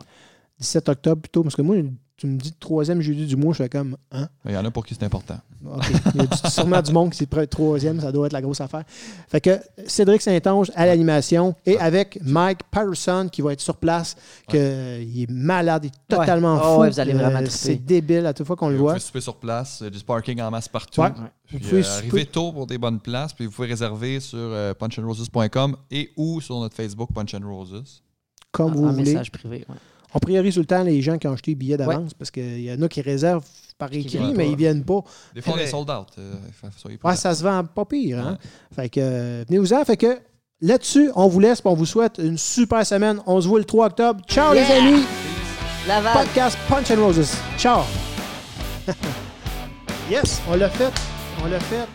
17 octobre plutôt, parce que moi, tu me dis le troisième jeudi du mois, je fais comme. Hein? Il y en a pour qui c'est important. Ah, OK. Il y a du- sûrement du monde qui est le troisième, ça doit être la grosse affaire. Fait que Cédric Saint-Onge à l'animation et Ah. avec Mike Patterson qui va être sur place, que, euh, il est malade, il est Ouais. totalement Ah fou. Euh, ouais, vous allez vraiment triper. C'est débile à toute fois qu'on le Vous voit. pouvez souper sur place, il y a du parking en masse partout. Ouais. Puis, Vous pouvez euh, souper- arrivez tôt pour des bonnes places, puis vous pouvez réserver sur euh, punchandroses.com et ou sur notre Facebook Punch and Roses. Comme En- vous en voulez. message privé. ouais. On priorise tout le temps les gens qui ont acheté les billets d'avance parce qu'il y en a qui réservent par écrit, viennent mais pas. ils viennent pas. Des fois, on Ouais. est sold out. euh, fa- soyez Eh ben. Ouais, prudents. ça se vend pas pire. Hein? Fait que, euh, venez-vous-en. Fait que là-dessus, on vous laisse, puis on vous souhaite une super semaine. On se voit le 3 octobre. Ciao, les Yeah! amis! Laval! Podcast Punch and Roses. Ciao. yes, on l'a fait. On l'a fait.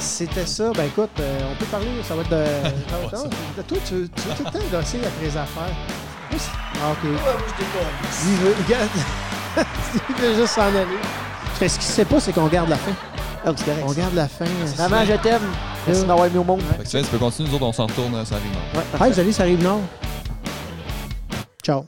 C'était ça. Ben écoute, euh, on peut parler. Ça va être de. non, non, de- toi, tu, tu veux tout le temps gosser après les affaires. Moi, c'est- Ah, ok. Il veut, regarde. Il veut juste s'en aller. Parce que ce qu'il sait pas, c'est qu'on garde la fin. Ah, c'est correct. On garde la fin. hein. Maman, je t'aime. Merci de m'avoir mis au monde. Fait que, tu sais, tu peux continuer, nous autres, on s'en retourne, euh, ça arrive. non? Ouais, vous allez, ça arrive nord. Ciao.